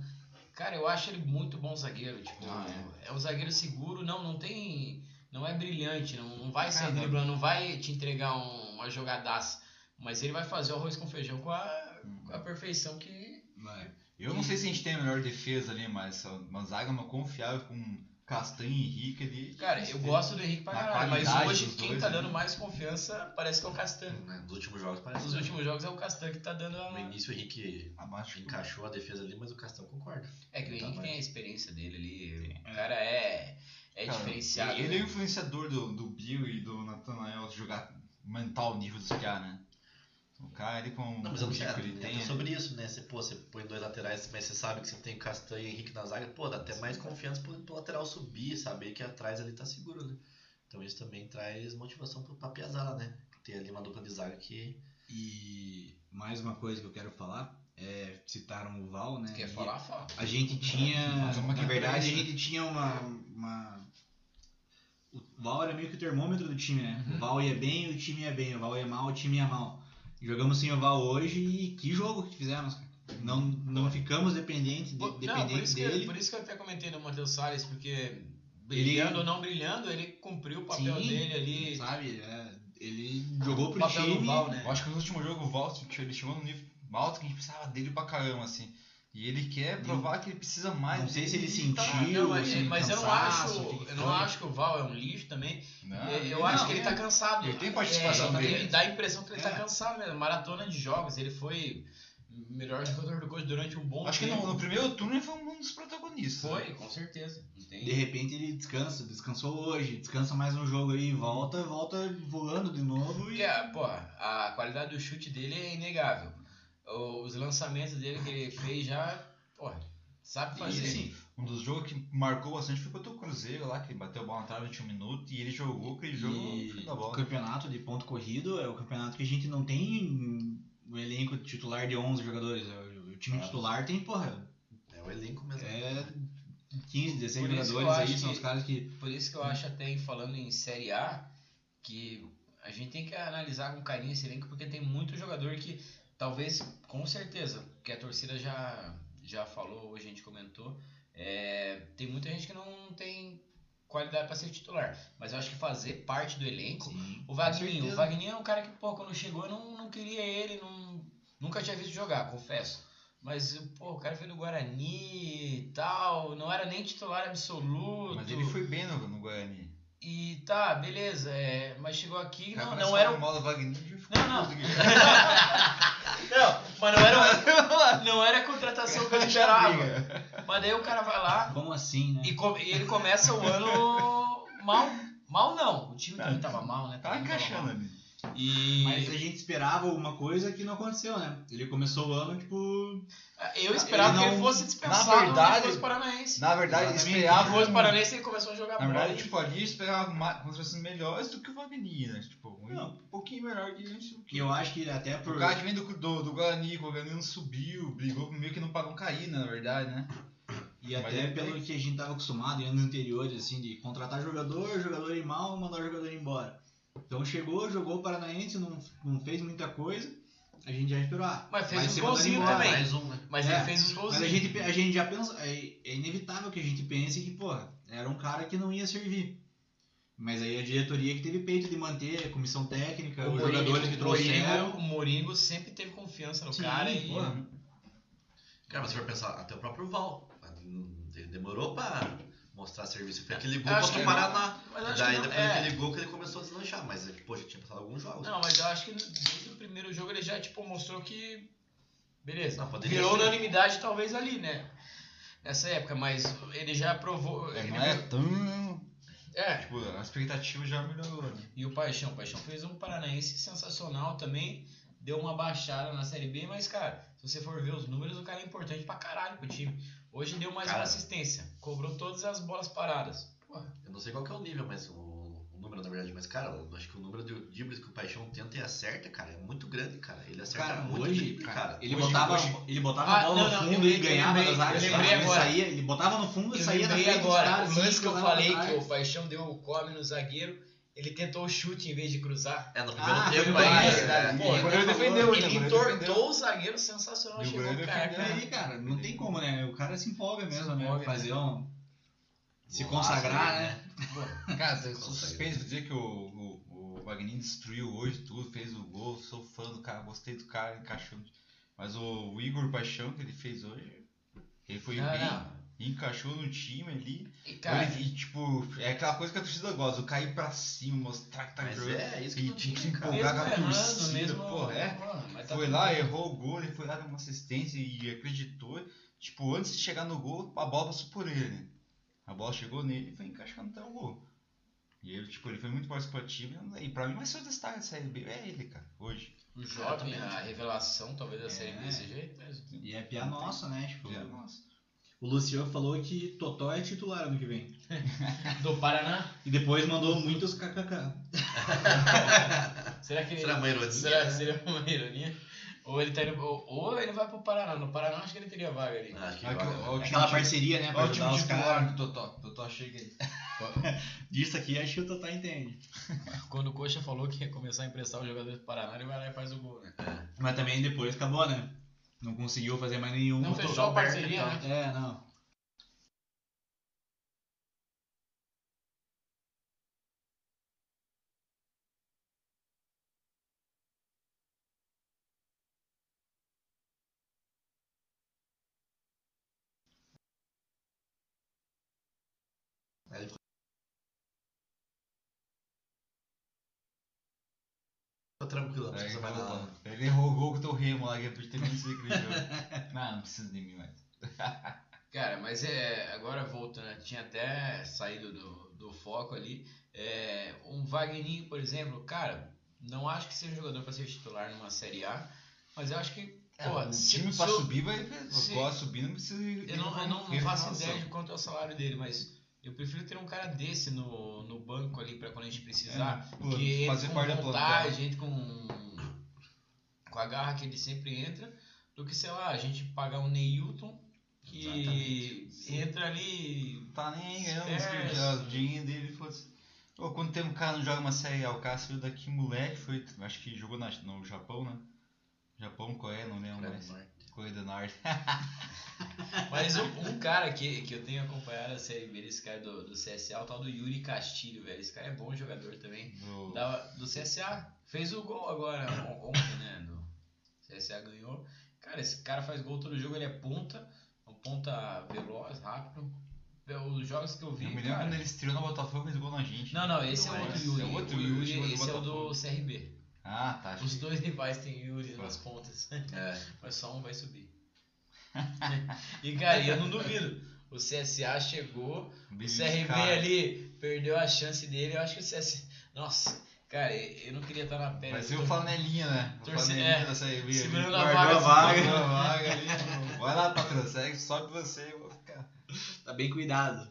S1: Cara, eu acho ele muito bom zagueiro. Tipo,
S3: Ah,
S1: é. um zagueiro seguro, não, não tem. Não é brilhante, não, não vai sair
S3: Cara,
S1: driblando, não vai te entregar um- uma jogadaça. Mas ele vai fazer o arroz com feijão com a, com a perfeição que.
S4: Vai.
S3: Eu não sei se a gente tem a melhor defesa ali, mas uma zaga é uma confiável com Castanho e Henrique ali. é
S1: Cara, eu gosto do Henrique pra
S3: Na
S1: caralho, mas
S3: qualidade
S1: hoje
S3: dos
S1: quem
S3: dois,
S1: tá
S3: né?
S1: dando mais confiança parece que é o Castan.
S2: Né, Nos últimos jogos parece.
S1: Nos
S2: né?
S1: últimos jogos é o Castan que tá dando a.
S2: No início o Henrique
S3: Abaixo.
S2: encaixou a defesa ali, mas o Castão concorda.
S1: É que o
S2: Tá
S1: Henrique
S2: mais.
S1: tem a experiência dele ali. O cara é, é
S3: Cara,
S1: diferenciado.
S3: Ele é o influenciador do, do Bill e do Nathanael jogar mental o nível dos caras, né? O cara ele com
S2: Não, mas eu
S3: o
S2: não sei.
S3: jeito que
S2: É,
S3: Um ele tem.
S2: até sobre isso, né? Você, pô, você põe dois laterais, mas você sabe que você tem o Castanho e o Henrique na zaga, pô, dá até mais confiança pro, pro lateral subir, saber que atrás ali tá seguro, né? Então isso também traz motivação pro Papiazala, né? Tem ali uma dupla de zaga que.
S4: E mais uma coisa que eu quero falar, é, citaram o Val, né?
S1: Quer
S4: E
S1: falar, fala.
S4: A gente tinha,
S3: Mas uma
S4: na
S3: que
S4: verdade, a
S3: presta.
S4: gente tinha uma, uma... O Val era meio que o termômetro do time, né?
S1: Uhum.
S4: O Val ia bem, o time ia bem. O Val ia mal, o time ia mal. Jogamos sem o Val hoje e que jogo que fizemos, cara. Não, não ficamos dependentes, de-
S1: Pô, Não, por
S4: dependentes
S1: isso, que, é
S4: dele.
S1: por isso que eu até comentei no Matheus Salles, porque brilhando ou não brilhando, ele cumpriu o papel
S4: Sim,
S1: dele ali.
S4: Sabe? É, ele jogou
S1: O
S4: pro
S1: papel
S4: time.
S1: do Val, né?
S3: Eu acho que no último jogo o Walt ele chegou num nível alto que a gente precisava dele pra caramba, assim. E ele quer provar que ele precisa mais.
S4: Não sei se ele
S3: Tá-
S4: sentiu,
S1: não, mas,
S4: assim,
S1: mas eu não
S4: cansaço,
S1: acho,
S4: o que que
S1: eu não
S4: foi.
S1: acho que o Val é um lixo também.
S3: Não,
S1: eu eu
S3: não,
S1: acho que
S3: é.
S1: ele tá cansado.
S3: Ele tem participação
S1: é,
S3: dele.
S1: Dá a impressão que ele
S3: É.
S1: tá cansado mesmo. Maratona de jogos, ele foi melhor jogador do coach durante um bom
S3: Acho que
S1: tempo.
S3: no, no primeiro turno ele foi um dos protagonistas. né?
S1: Foi, com certeza. Não tem-
S4: De repente ele descansa, descansou hoje, descansa mais um jogo aí, volta, volta voando de novo e.
S1: Porque, ah, pô, a qualidade do chute dele é inegável. O- Os lançamentos dele que ele fez já, pô, sabe fazer.
S3: E, assim, um dos jogos que marcou bastante foi contra o Cruzeiro lá, que bateu a bola na trave em 21 minutos e ele jogou aquele jogo no fim
S4: E
S3: da
S4: o
S1: né?
S3: bola.
S4: campeonato de ponto corrido é o campeonato que a gente não tem o elenco titular de 11 jogadores. é O o time
S2: Ah.
S4: titular tem, porra,
S2: É o elenco mesmo.
S4: é 15, 16
S1: Por isso que eu
S4: jogadores aí,
S1: acho
S4: são
S1: que-
S4: os caras que.
S1: Por isso que eu acho até em falando em Série A que a gente tem que analisar com carinho esse elenco porque tem muito jogador que talvez com certeza, que a torcida já já falou, hoje a gente comentou, é, tem muita gente que não tem qualidade para ser titular, mas eu acho que fazer parte do elenco O Wagninho, o Wagninho é um cara que, pô, quando chegou, eu não, não queria ele, não, nunca tinha visto jogar, confesso. Mas, pô, o cara veio do Guarani e tal, não era nem titular absoluto.
S3: Mas ele foi bem no, no Guarani.
S1: E tá, beleza, é, mas chegou aqui,
S3: Cara,
S1: não,
S3: parece
S1: não
S3: que
S1: era
S3: fala
S1: um.
S3: mal do Wagner, ficou
S1: Não, não.
S3: puto aqui.
S1: Não, mas não era, não era a contratação que eu esperava.
S3: Briga.
S1: Mas daí o cara vai lá
S4: Como assim, né?
S1: e, come- e ele começa o ano mal. Mal não, o time também tava mal, né?
S3: Tá
S1: Também tava
S3: encaixando
S1: mal.
S3: ali.
S1: E
S4: Mas a gente esperava uma coisa que não aconteceu, né? Ele começou o ano, tipo.
S1: eu esperava
S4: Ele
S1: que
S4: não-
S1: ele fosse dispensado
S3: na verdade-
S1: do Força Paranaense.
S3: Na verdade,
S4: Exatamente.
S1: A
S3: esperava. um-
S1: Rose Paranense ele começou a jogar
S3: Na
S1: bola.
S3: verdade, tipo, ali eu esperava ma- contratações melhores do que o Wagner, né? Tipo, um,
S4: Não.
S3: um pouquinho melhor que a gente.
S4: que Eu acho que até por.
S3: O cara que vem do, do, do Guarani, o Guarani não subiu, brigou meio que não pagou caína, na verdade, né?
S4: E
S3: Mas
S4: até
S1: é
S3: não
S4: pelo que a gente tava acostumado em anos anteriores, assim, de contratar jogador, jogador ir mal, mandar jogador embora. Então chegou, jogou o Paranaense, não, não fez muita coisa, a gente já esperou. Ah,
S1: Mas fez
S4: vai
S1: uns
S4: ser mandado
S1: golzinhos
S4: embora.
S1: também.
S2: Mais um, né?
S1: Mas
S4: É,
S1: ele fez os
S4: Mas
S1: golzinhos.
S4: a gente, a gente já pensa, é, é inevitável que a gente pense que, porra, era um cara que não ia servir. Mas aí a diretoria que teve peito de manter, a comissão técnica, os
S1: Mourinho-
S4: jogadores que trouxeram.
S1: Mourinho- O Moringo sempre teve confiança no
S4: Sim,
S1: cara e.
S4: porra.
S2: Cara, mas se for pensar, até o próprio Val. Ele demorou pra mostrar serviço. Foi aquele gol
S1: Eu acho
S2: contra o
S1: que não.
S2: Paraná.
S1: Mas eu acho
S2: Daí
S1: que não,
S2: depois
S1: é.
S2: daquele gol que ele começou a deslanchar. Mas, é que, pô, já tinha passado alguns jogos.
S1: Não, mas eu acho que desde o primeiro jogo ele já tipo, mostrou que. Beleza.
S2: Não, poderia
S1: Virou
S2: ser.
S1: unanimidade talvez ali, né? Nessa época, mas ele já provou.
S3: É,
S1: ele-
S3: não é tão.
S1: é.
S3: Tipo, a expectativa já melhorou, né?
S1: E o Paixão. O Paixão fez um paranaense sensacional também. Deu uma baixada na Série B, mas, cara, se você for ver os números, o cara é importante pra caralho pro time. Hoje deu mais
S2: Cara.
S1: uma assistência. Cobrou todas as bolas paradas. Porra,
S2: Eu não sei qual que é o nível, mas o, o número, na verdade. Mas, cara, eu acho que o número de dribles que o Paixão tenta e acerta, cara, é muito grande, cara. Ele acerta
S4: Cara, é
S2: muito
S4: hoje,
S2: drible,
S4: cara, ele
S2: Hoje-
S4: botava,
S2: hoje-
S4: ele botava
S1: Ah,
S4: a bola
S1: não, não,
S4: no fundo
S1: lembrei,
S4: e ganhava
S1: lembrei,
S4: das áreas.
S1: lembrei
S4: sabe? ele,
S1: agora.
S4: saía, ele botava no fundo e
S1: eu
S4: saía na
S1: lembrei
S4: frente dos
S1: agora, o
S4: caras,
S1: lance
S4: assim,
S1: que eu
S4: jogava
S1: falei
S4: atrás.
S1: que o Paixão deu o come no zagueiro, ele tentou o chute em vez de cruzar.
S2: É, no primeiro
S4: Ah,
S2: tempo é,
S4: foi no
S2: ainda.
S4: Bahia,
S2: cara.
S3: E
S1: Pô,
S3: o goleiro
S1: ele,
S3: defendeu, né? O
S1: ele
S3: goleiro defendeu.
S1: entortou o zagueiro, sensacional,
S3: E o
S1: chegou
S3: goleiro
S1: o cara.
S4: E É, aí, cara, não tem como, né? O cara se empolga mesmo,
S1: Se
S4: né?
S1: empolga,
S4: Fazer um. Se
S2: Nossa,
S4: consagrar,
S2: né?
S4: né?
S3: Cara, eu sou suspenso de dizer que o, o, o Wagner destruiu hoje tudo, fez o gol, sou fã do cara, gostei do cara, encaixou. Mas o, Igor Paixão que ele fez hoje, ele foi
S1: Não,
S3: bem,
S1: não.
S3: encaixou no time ali.
S1: E, cara,
S3: Ele- e, tipo, é aquela coisa que a torcida gosta, o cair pra cima, mostrar que tá
S2: Mas
S3: jogando.
S2: é, isso que
S3: e
S2: não
S3: tinha que
S2: tinha, cara.
S1: mesmo
S3: empolgar com a
S1: errando,
S3: torcida,
S1: mesmo-
S3: porra, é.
S1: porra, mas tá
S3: Foi
S1: tudo
S3: lá,
S1: bem.
S3: errou o gol, ele foi lá, deu uma assistência e acreditou. Tipo, antes de chegar no gol, a bola passou por ele, né? A bola chegou nele e foi encaixando até o gol. E ele, tipo, ele foi muito participativo. E pra mim vai ser o destaque da Série B. É ele, cara, hoje.
S1: O jovem,
S2: Exatamente.
S1: a revelação talvez da Série B
S4: É.
S1: desse jeito mesmo.
S4: E é piá nossa, né? Tipo,
S3: É, nossa.
S4: o Luciano falou que Totó é titular ano que vem.
S1: Do Paraná.
S4: E depois mandou muitos kkk.
S1: Será que ele.
S2: Será uma ironia?
S1: Será, seria uma ironia? Ou ele, tá indo, ou, ou ele vai pro Paraná. No Paraná acho que ele teria vaga ali.
S2: Ah, acho que
S3: Olha que-
S2: vai, né?
S3: olha o time
S4: Aquela
S3: de-
S4: parceria, né? Pra
S3: olha o time
S4: ajudar os caras.
S3: titular do Totó. Totó chega aí.
S4: Disso aqui acho que o Totó entende.
S1: Quando o Coxa falou que ia começar a emprestar os jogadores do Paraná, ele vai lá e faz o gol, né?
S4: Mas também depois acabou, né? Não conseguiu fazer mais nenhum.
S1: Não
S4: Totó
S1: fechou a
S4: perto,
S1: parceria, né?
S4: então. É, não.
S2: Tá tranquilo, não
S3: Aí,
S2: precisa mais nada.
S3: não. É, Ele errou o gol contra o Remo lá, que depois de ter vencido aquele jogo. Não, não precisa de mim mais.
S1: Cara, mas é, agora voltando, né, tinha até saído do, do foco ali. É, um Wagninho, por exemplo, cara, não acho que seja um jogador para ser titular numa Série A, mas eu acho que. É,
S2: É,
S1: pô,
S2: um
S3: o
S1: se-
S3: time
S1: se
S3: pra
S1: eu-
S3: subir vai.
S1: se-
S3: Gosta de subir, não precisa.
S1: Eu não, eu não- não faço ideia de quanto é o salário dele, mas eu prefiro ter um cara desse no, no banco ali para quando a gente precisar.
S3: É, pô,
S1: que fazer
S3: fazer
S1: com
S3: parte da
S1: vontade, entre com, com a garra que ele sempre entra, do que, sei lá, a gente pagar um Neilton que
S2: Exatamente.
S1: entra ali.
S3: Tá nem ganhando os
S1: Espera.
S3: que- o dinheiro dele. foda-se. Ô, quanto tempo o cara não joga uma série A? O cara saiu daqui, moleque. Foi, acho que jogou na- no Japão, né? Japão, Coreia, não lembro
S2: Cara,
S3: mais.
S2: não é.
S3: Coreia do Norte.
S1: Mas um, um cara que, que eu tenho acompanhado a série B, esse cara do, do CSA, o tal do Yuri Castilho, velho. Esse cara é bom jogador também.
S3: Do-
S1: Da- do CSA. Fez o gol agora, on- ontem, né? Do CSA ganhou. Cara, esse cara faz gol todo jogo, ele é ponta. Um ponta veloz, rápido. É, Os jogos que eu vi.
S3: Eu me lembro
S1: cara-
S3: quando ele estreou no Botafogo e jogou na gente.
S1: Não, não, esse
S2: Não,
S1: é o outro
S3: esse
S1: Yuri.
S3: é outro
S1: o
S3: Yuri,
S1: Yuri,
S3: mas do
S1: esse é o do
S3: Botafogo.
S1: CRB.
S3: Ah, tá. achei
S1: Os
S3: que-
S1: dois rivais têm Yuri nas pontas.
S2: É,
S1: Mas só um vai subir. e cara, eu não duvido. O CSA chegou, o
S3: Bicho,
S1: CRB
S3: cara.
S1: ali perdeu a chance dele. Eu acho que o CSA. Nossa, cara, eu não queria estar na pele.
S3: Vai ser
S1: do
S3: o flanelinha, né? O
S1: Torce-
S3: flanelinha
S1: é,
S3: da série B.
S1: segurando
S3: ali.
S1: a
S3: Guardou
S1: vaga, assim,
S3: Segurando a vaga ali. mano. Vai lá, patrão, segue, sobe você. eu vou ficar.
S4: Tá bem cuidado.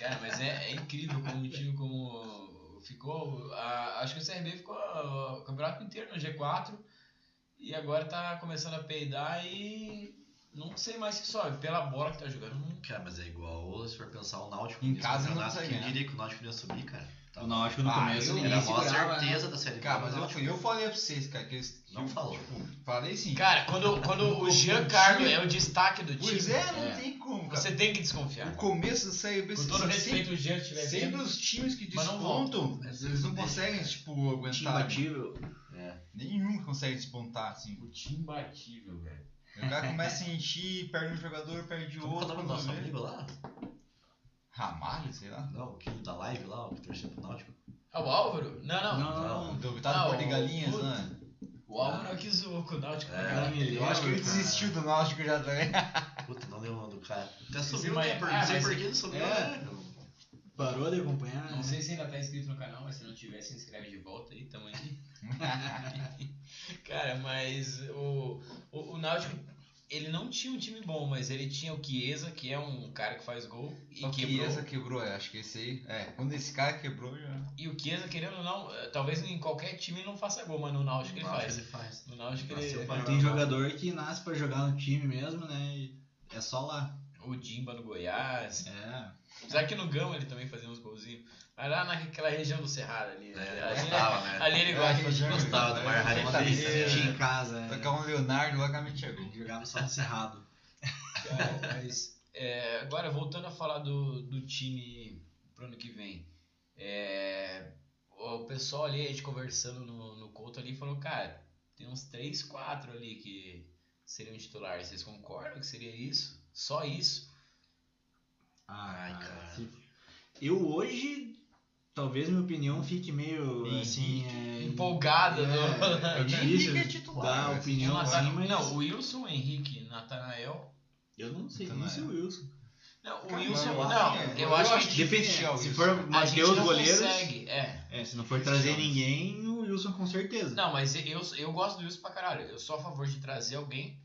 S1: Cara, mas é, é incrível como o time como ficou. a- acho que o CRB ficou o campeonato inteiro no G4 e agora tá começando a peidar e não sei mais se sobe. Pela bola que tá jogando, não-
S2: cara, mas é igual se for pensar o Náutico.
S3: Em
S2: nesse
S3: casa não
S2: campeonato,
S3: consegue
S2: Quem
S3: ganhar.
S2: diria que o Náutico não ia subir, cara? Tá
S4: O Náutico no
S3: Ah,
S4: começo
S3: eu-
S4: ninguém
S2: Era a maior
S4: segurava, né?
S2: certeza da Série B.
S3: Cara, mas
S2: do
S3: eu,
S2: Náutico.
S3: fui- eu falei pra vocês, cara, que eles.
S2: Não
S3: eu,
S2: falou.
S3: Tipo, falei sim.
S1: Cara, quando, quando o Giancarlo é o destaque do time.
S3: pois é, não tem como, cara.
S1: Você tem que
S3: O
S1: desconfiar.
S3: começo da série B
S1: É. Com todo
S3: sempre-
S1: respeito, o Jean estiver
S3: Sempre
S1: vendo.
S3: os times que
S1: Mas não
S3: despontam,
S2: volta.
S3: eles não conseguem, tipo,
S4: Time
S3: aguentar.
S4: batível.
S2: É.
S3: Nenhum consegue despontar, assim.
S1: O time imbatível, velho.
S3: O cara começa a sentir, perde um jogador, perde
S1: tá
S2: Como que é
S3: outro.
S2: o nome do
S3: quando
S2: nosso
S3: vê-
S2: amigo lá?
S3: Ramalho, sei lá.
S2: Não, o que da live lá, o que torcia pro Náutico.
S1: Ah, o Álvaro? Não, não.
S4: Não, não, não.
S3: Do, tá no
S1: Ah,
S3: Porto de
S1: o-
S3: Galinhas,
S1: puta.
S3: né?
S1: O Álvaro é que zoou com o Náutico.
S2: É.
S1: cara.
S4: Eu acho
S1: Ah,
S4: que ele desistiu
S3: do Náutico já né? também.
S2: Puta, não lembro o nome do cara. Até subiu,
S1: mas-
S2: né? Por-
S1: ah,
S2: Não sei
S1: mas-
S2: por que ele subiu,
S4: é.
S2: né?
S4: Parou de acompanhar. né?
S1: Não sei se ainda tá inscrito no canal, mas se não tiver, se inscreve de volta aí, tamo aí. Cara, mas o, o, o Náutico, ele não tinha um time bom, mas ele tinha o Chiesa, que é um cara que faz gol, e
S3: o
S1: quebrou.
S3: Chiesa quebrou, eu acho que esse aí. É, quando esse cara quebrou já.
S1: E o Chiesa, querendo ou não, eh, talvez em qualquer time ele não faça gol, mas no Náutico ele faz.
S2: Ele faz.
S1: No Náutico ele...
S2: Nasceu
S1: é
S2: pra-
S4: Tem é jogador que nasce pra jogar no time mesmo, né? E é só lá.
S1: O Dimba no Goiás.
S4: É.
S1: Apesar que no Gama ele também fazia uns golzinhos. Mas lá naquela região do Cerrado ali.
S2: É,
S1: né?
S2: eu
S1: ali,
S2: gostava, né?
S1: ali ele gosta.
S3: É, já-
S2: gostava
S4: né?
S2: do Bayern Harry
S3: Tá
S2: Madrid,
S3: bem,
S2: né?
S4: Tinha em casa. é.
S3: Tocar um Leonardo lá, cara, me chegou.
S4: Jogava só no Cerrado.
S1: Cara, mas é, agora voltando a falar do, do time pro ano que vem. É, o pessoal ali, a gente conversando no, no Couto ali, falou, cara, tem uns 3, 4 ali que seriam titulares. Vocês concordam que seria isso? Só isso?
S4: Ai,
S2: cara.
S4: se- Ah, Eu hoje, talvez minha opinião fique meio
S3: Ih,
S4: assim. É,
S1: Empolgada. no-
S4: É, é difícil
S3: Henrique é titular,
S4: dar
S3: né?
S4: opinião assim, mas
S1: Não, o Wilson, o Henrique, Natanael.
S4: eu não sei
S3: Então,
S4: nem
S3: é.
S4: se o Wilson.
S1: Não, o
S3: Cara,
S1: Wilson,
S3: eu acho
S1: não,
S3: que é.
S1: eu acho que
S4: Depende,
S3: difícil,
S4: se
S3: Wilson.
S4: for
S1: A gente
S4: Matheus
S1: não
S4: goleiros,
S1: consegue, é.
S4: é, se não for trazer ninguém, o Wilson com certeza.
S1: Não, mas eu, eu gosto do Wilson pra caralho. Eu sou a favor de trazer alguém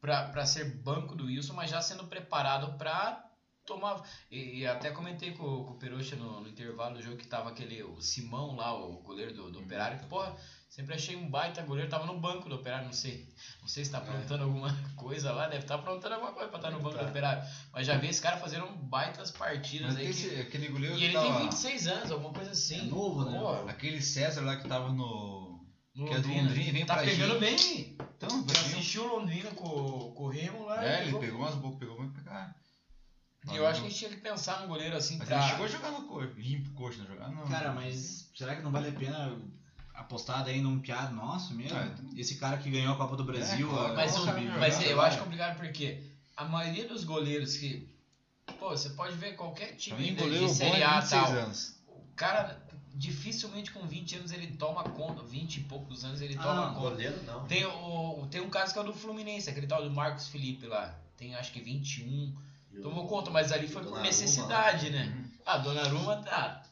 S1: pra, pra ser banco do Wilson, mas já sendo preparado pra tomar. E, e até comentei com, o- com o Perucha no, no intervalo do jogo que tava aquele. O Simão lá, o goleiro do, do Operário, que, porra, sempre achei um baita goleiro, tava no banco do Operário, não sei. Não sei se tá aprontando alguma coisa lá, deve estar tá aprontando alguma coisa pra estar no banco
S3: É. Tá.
S1: do Operário. Mas já vi esse cara fazendo um baitas partidas
S3: Mas
S1: aí.
S3: esse-
S1: Que,
S3: aquele goleiro
S1: e
S3: que
S1: ele
S3: tá
S1: tem
S3: tava.
S1: 26 anos, alguma coisa assim.
S4: É novo, né?
S1: Pô,
S3: Aquele César lá que tava no.
S1: no
S3: Que é do
S1: Londrina.
S3: Londrina, vem
S1: Tá
S3: pra
S1: pegando
S3: gente.
S1: bem.
S3: Então,
S1: Já
S3: vai vir.
S1: assistiu o Londrina com, com o Remo lá.
S3: É,
S1: e
S3: ele
S1: jogou.
S3: pegou umas bocas, pegou muito pra cá.
S1: E eu acho que a gente tinha que pensar num goleiro assim
S3: Mas
S1: pra.
S3: ele chegou a jogar no coxa. Limpo coxa, não jogar, não.
S4: Cara, mas será que não vale a pena apostar daí num piado nosso mesmo?
S3: Ah, então-
S4: Esse cara que ganhou a Copa do Brasil, é
S3: claro.
S4: a-
S1: Mas,
S4: a-
S1: o-
S3: Nossa, cara,
S1: mas
S3: jogando,
S1: eu
S3: cara.
S1: acho complicado porque a maioria dos goleiros que. Pô, você pode ver qualquer
S3: Pra mim,
S1: time de,
S3: goleiro
S1: de
S3: bom
S1: Série
S3: é
S1: A
S3: 26
S1: tal.
S3: anos.
S1: O cara dificilmente com 20 anos ele toma conta, 20 e poucos anos ele
S4: Ah,
S1: toma
S4: não,
S1: conta.
S2: Goleiro né? não.
S1: tá né? Tem, o, tem um caso que é o do Fluminense, aquele tal do Marcos Felipe lá. Tem acho que 21.
S2: E o-
S1: Tomou conta, mas ali foi por
S2: Donnarumma,
S1: necessidade, né?
S3: Uhum.
S1: Ah, Donnarumma tá.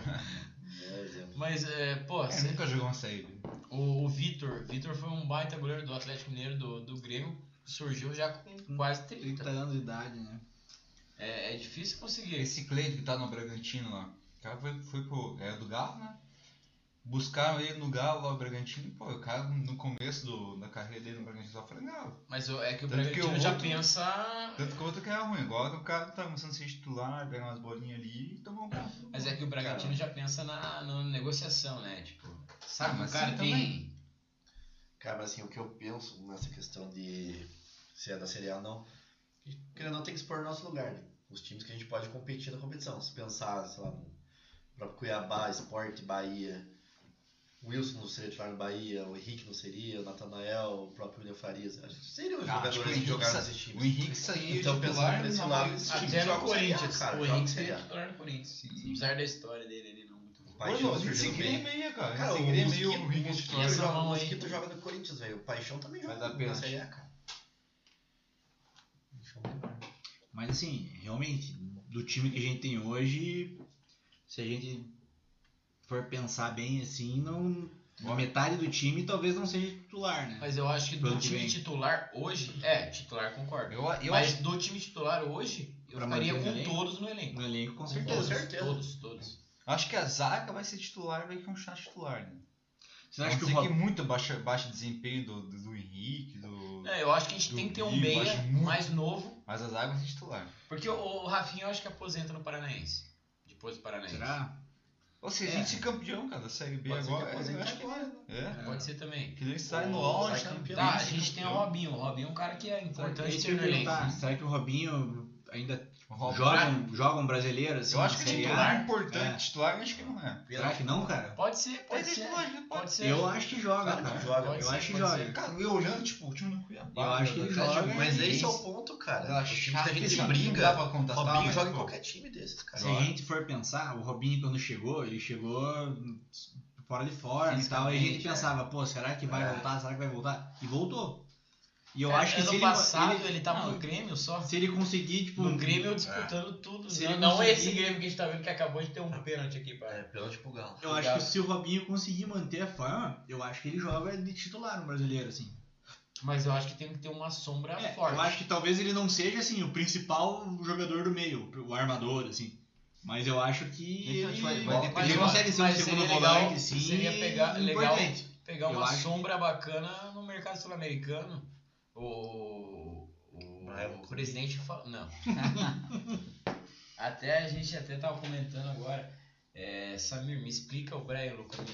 S2: né, exemplo.
S1: Mas, é, pô,
S3: Cara,
S1: cê-
S3: nunca jogou uma saída.
S1: o, o Vitor, Vitor foi um baita goleiro do Atlético Mineiro, do, do Grêmio, surgiu já com quase
S4: 30
S1: 30.
S4: anos de idade, né?
S1: É, é difícil conseguir.
S3: Esse Cleide que tá no Bragantino lá. O cara foi, foi pro. É do Galo, né? Buscaram ele no Galo lá, o Bragantino. e, Pô, o cara no começo do, da carreira dele no Bragantino tava frangado.
S1: Mas o- é que o
S3: Tanto que
S1: Bragantino
S3: o
S1: já
S3: outro-
S1: pensa.
S3: Tanto que o outro que era ruim. Agora o cara tá começando a ser titular, pegar umas bolinhas ali e tomou um gol.
S1: Mas é que o Bragantino já pensa na, na negociação, né? Tipo,
S3: Ah,
S1: sabe, o
S3: mas
S1: cara
S3: sim,
S1: tem. Ah,
S2: Cara, mas assim, o que eu penso nessa questão de se é da Série A ou não, que, querendo ou não, tem que expor o nosso lugar, né? Os times que a gente pode competir na competição. Se pensar, sei lá, no próprio Cuiabá, Sport, Bahia, o Wilson não seria titular no Bahia, o Henrique não seria, o Natanael, o próprio William Farias. Acho que seriam os
S3: Ah, acho que o
S2: jogadores que
S3: Henrique
S2: jogaram
S3: sa-
S2: nesses
S3: O
S2: times.
S3: Henrique tipo, saiu titular
S2: Então, pensando por esse
S3: na
S2: lado,
S3: maioria dos times.
S1: Até
S2: joga
S1: é no
S2: Série A,
S1: Corinthians.
S2: cara,
S1: O
S2: joga
S1: Henrique
S2: Série A.
S1: seria titular no Corinthians.
S3: Sim.
S1: Apesar da história dele, ele não é muito boa.
S2: Paixão
S3: Pô, não,
S2: surgiu
S3: esse
S2: bem.
S3: Grêmio aí, né, cara.
S2: Cara,
S3: Esse
S2: assim, o
S3: Grêmio aí,
S2: Mosquito,
S3: o
S2: o
S3: Henrique é então,
S2: Mosquito
S1: essa
S2: joga, o
S1: mão aí.
S2: Mosquito joga no Corinthians, velho. O Paixão também
S3: Vai
S2: joga
S3: dar
S2: na
S3: pênalti.
S2: Série A, cara.
S4: Mas assim, realmente, do time que a gente tem hoje, se a gente for pensar bem assim, não.
S3: Bom.
S4: Metade do time talvez não seja titular, né?
S1: Mas eu acho que do
S4: Ano que
S1: time
S4: vem.
S1: titular hoje. É, titular concordo.
S3: Eu, eu
S1: Mas
S3: acho
S1: do time titular hoje, eu
S4: Pra
S1: ficaria
S4: manter o
S1: com
S4: elenco?
S1: todos no elenco.
S4: No elenco, com
S1: Com
S4: certeza.
S2: Com certeza.
S1: Todos, todos.
S3: Acho que a zaga vai ser titular, vai continuar titular, né?
S4: Você acha que o
S3: Não sei
S4: Ro-
S3: muito baixo, baixo desempenho do, do, do Henrique, do...
S1: É, eu acho que a gente
S3: Do
S1: tem que ter um
S3: Rio,
S1: meia
S3: acho muito.
S1: mais novo.
S3: Mas a zaga vai ser titular.
S1: Porque o, o Rafinha eu acho que aposenta no Paranaense. Depois do Paranaense.
S4: Será?
S3: Ou seja,
S4: É.
S3: a gente ser campeão, cara, da Série B
S2: Pode ser
S3: agora.
S2: que
S3: é,
S2: aposente
S3: eu acho que
S2: agora,
S3: vai. É.
S1: Pode ser também.
S3: Que ele sai no
S2: Ou
S3: auge,
S2: sai
S3: né?
S2: campeão.
S1: Tá,
S3: Vai
S1: a
S3: ser
S1: gente tem o
S3: campeão.
S1: Robinho. O Robinho é um cara que é importante né?
S4: Isso
S1: ter
S4: eu ia
S1: no elenco.
S4: perguntar, Será que o Robinho ainda
S3: O Robinho-
S4: joga, um, joga um brasileiro assim?
S3: Eu acho
S4: na
S3: que
S4: Série
S3: titular
S4: A?
S3: importante,
S4: É.
S3: titular eu acho que não é.
S4: Será que não, cara?
S1: Pode ser, pode
S3: Mas
S1: ser.
S3: titular, ele
S1: Pode ser.
S4: Eu acho que joga,
S2: Claro que
S4: cara.
S2: joga.
S4: Eu
S1: Pode
S4: acho
S1: ser,
S4: que
S1: pode
S4: joga.
S3: Cara, eu olhando, tipo, o time do Cuiabá...
S4: Eu acho que
S3: né,
S4: ele
S3: tá
S4: joga,
S3: jogando
S2: Mas
S3: bem.
S2: esse é o ponto, cara.
S3: Aquela
S2: Os times que
S3: chata
S2: a gente
S3: sabe? Não
S2: briga,
S3: dá pra
S2: o
S3: contestar,
S2: Robinho
S3: mas,
S2: joga em
S3: pô,
S2: qualquer time desses, cara.
S4: Se a gente for pensar, o Robinho quando chegou, ele chegou fora de forma e tal. E a gente
S1: Fisicamente, é.
S4: pensava, pô, será que vai
S2: É.
S4: voltar? Será que vai voltar? E voltou. E eu
S1: É,
S4: acho que
S1: ano
S4: se ele,
S1: passado ele,
S4: ele-
S1: tava
S4: não,
S1: no Grêmio só.
S4: se ele conseguir, tipo,
S1: No Grêmio disputando tudo.
S4: Se
S1: Não-
S4: ele
S1: não é esse
S4: conseguir-
S1: Grêmio que a gente tá vendo que acabou de ter um pênalti aqui,
S2: É,
S1: pai.
S2: pênalti pro Galo.
S4: eu acho que se o Robinho conseguir manter a forma, eu acho que ele joga de titular no brasileiro, assim.
S1: Mas eu acho que tem que ter uma sombra
S4: É,
S1: forte.
S4: eu acho que talvez ele não seja, assim, o principal jogador do meio, o armador, assim. Mas eu acho que
S1: tipo,
S3: Então,
S4: ele,
S3: vai- vai
S1: depender-
S4: ele consegue ser um
S1: mas
S4: segundo
S1: seria legal-
S4: volante, sim.
S1: seria pegar- legal-
S4: importante.
S1: Pegar
S4: eu
S1: uma
S4: acho que-
S1: sombra bacana no mercado sul-americano. O, o,
S2: Ah, eu-
S1: o presidente falou. Não. até a gente até tava comentando agora. É, Samir, me explica o Brian Lucumi.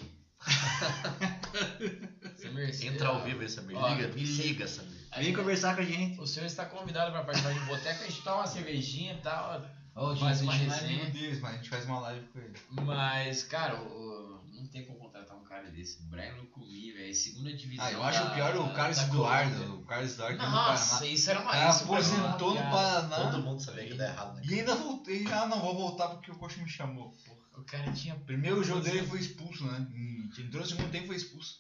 S1: Samir, você-
S2: Entra ao vivo aí, Samir.
S1: Ó,
S2: Liga, me
S1: sim.
S2: liga, Samir.
S1: a
S4: Vem
S1: gente-
S4: conversar com a gente.
S1: O senhor está convidado para participar de um boteco, a gente toma uma cervejinha e tal.
S3: Ó,
S1: Faz
S3: gente,
S1: uma
S3: a gente não é
S1: resenha.
S3: amigo deles, mas a gente faz uma live com ele.
S1: Mas, cara, o- não tem como contratar um cara desse. O Brian Lucumi, velho, é segunda divisão.
S3: Ah, eu acho
S1: da-
S3: o pior
S4: tá
S3: o
S1: da- né?
S3: Carlos
S1: da Colômbia.
S3: Eduardo. O Carlos Eduardo que é do Paraná.
S1: Nossa, isso era uma né?
S3: Cara,
S1: isso pra mim era uma
S4: é
S3: aposentou no
S1: piada.
S2: Todo
S3: Paraná
S2: mundo sabia que dá errado, né?
S3: e ainda voltei. Ah, não, vou voltar porque o coach me chamou. Porra.
S1: O cara tinha.
S3: Primeiro jogo dele foi expulso, né? Hum, Entrou no segundo tempo e foi expulso.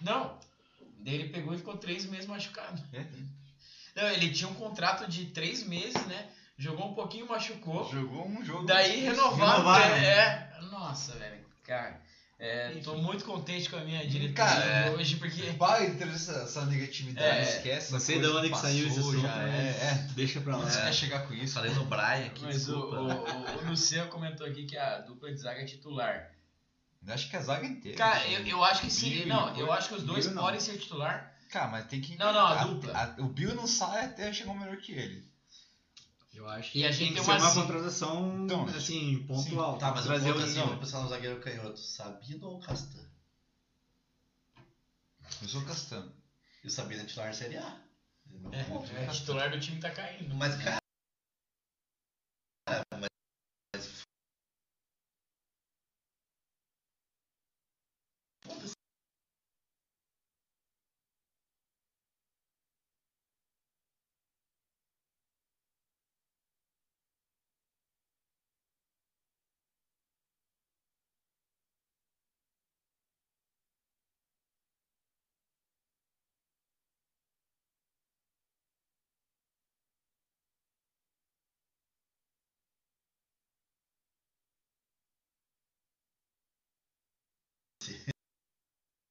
S1: Não! Daí ele pegou e ficou três meses machucado.
S3: É.
S1: Não, ele tinha um contrato de três meses, né? Jogou um pouquinho, machucou.
S3: Jogou um jogo.
S1: Daí renovaram.
S4: Renovaram.
S1: É, é. Nossa, velho, cara. é, tô
S4: Enfim.
S1: muito contente com a minha diretoria
S3: Cara, é.
S1: hoje, porque.
S3: Para de ter essa, essa negatividade,
S1: É,
S3: esquece.
S4: Não
S3: essa
S4: sei de
S3: coisa
S4: onde que saiu esse
S3: passou,
S4: assunto,
S3: já É, é.
S4: mas deixa pra lá.
S3: Você quer chegar com isso?
S2: Falei no Brian aqui,
S1: Mas o,
S2: desculpa.
S1: o- o- o Luciano comentou aqui que a dupla de zaga é titular.
S3: Acho que é a zaga inteira.
S1: Cara, eu, eu acho que sim.
S3: Bill,
S1: Não, eu acho que os dois
S4: Bill não.
S1: podem ser titular.
S3: Cara, mas tem que.
S1: Não, não, a
S3: a-
S1: dupla.
S3: a- o Bill não sai até chegar um melhor que ele.
S4: Eu acho
S1: E a gente
S4: tem que
S1: tem
S4: ser
S1: uma
S4: uma
S1: sim-
S4: contratação,
S3: Então,
S4: assim, pontual.
S2: Tá, mas
S4: trazer o
S2: eu vou assim,
S4: nível.
S2: vou pensar no zagueiro canhoto. Sabino ou Castan?
S3: Eu sou Castano.
S2: E o Sabino é titular na Série A. Ele não pode.
S1: É, é, titular do time tá caindo.
S2: né? Mas, cara...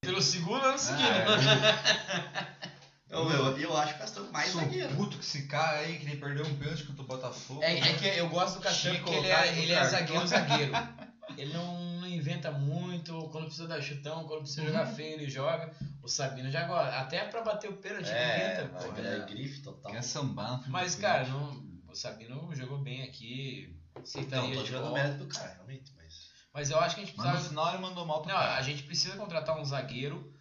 S1: Pelo segundo ano seguinte.
S2: Eu, eu, eu acho que nós estamos mais
S3: Sou
S2: zagueiro.
S3: puto com esse cara aí que ele perdeu um pênalti contra o Botafogo.
S1: É, é que eu gosto do Castanho
S3: Chico,
S1: porque ele
S3: cara,
S1: é, ele é
S3: cara.
S1: zagueiro, zagueiro. Ele não, não inventa muito, quando precisa dar chutão, quando precisa jogar feio, ele joga. O Sabino já gosta. Até pra bater o pênalti, ele inventa, pô.
S2: é grife total.
S3: Quer sambar no fim
S1: Mas,
S3: do
S1: cara,
S3: pênalti.
S1: não, o Sabino jogou bem aqui.
S2: Não,
S1: Aceitaria
S2: tô
S1: de
S2: tirando o
S1: bola.
S2: mérito do cara, realmente, mas.
S1: Mas eu acho que a gente
S3: Mas no
S1: precisava.
S3: final ele mandou mal pro
S1: Não,
S3: cara.
S1: a gente precisa contratar um zagueiro.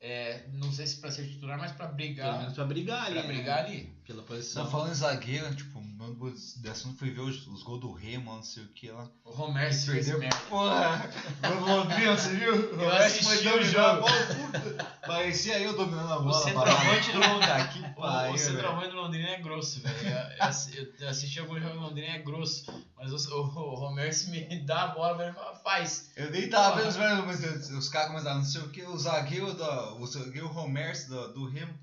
S1: é, não sei se pra ser titular, mas pra
S4: Pelo
S1: brigar.
S4: menos pra brigar ali.
S1: Pra
S4: né?
S1: brigar ali.
S4: Pela
S3: Só
S4: posição.
S3: falando em zagueiro, tipo, meu Deus, de assunto fui ver os, os gols do Remo, não sei o que lá.
S1: O Romero se fez
S3: Perdeu.
S1: merda.
S3: Porra! O Londrina, você viu?
S1: Eu
S3: Oeste
S1: assisti
S3: foi
S1: o
S3: dominar a
S1: jogo.
S3: bola, puta. Parecia eu dominando a
S1: O
S3: bola. parada. Ah,
S1: centroavante do Londrina.
S3: que
S1: O-
S3: pariu,
S1: O
S3: velho.
S1: centroavante do Londrina é grosso, velho. Eu assi- Eu assisti alguns jogos do Londrina é grosso. Mas o, o, o Romero se me dá a bola, velho, fala, faz.
S3: Eu nem tava vendo os velhos, mas os- os caras começaram, não sei o que, o zagueiro, da, o zagueiro Romércio do, do Remo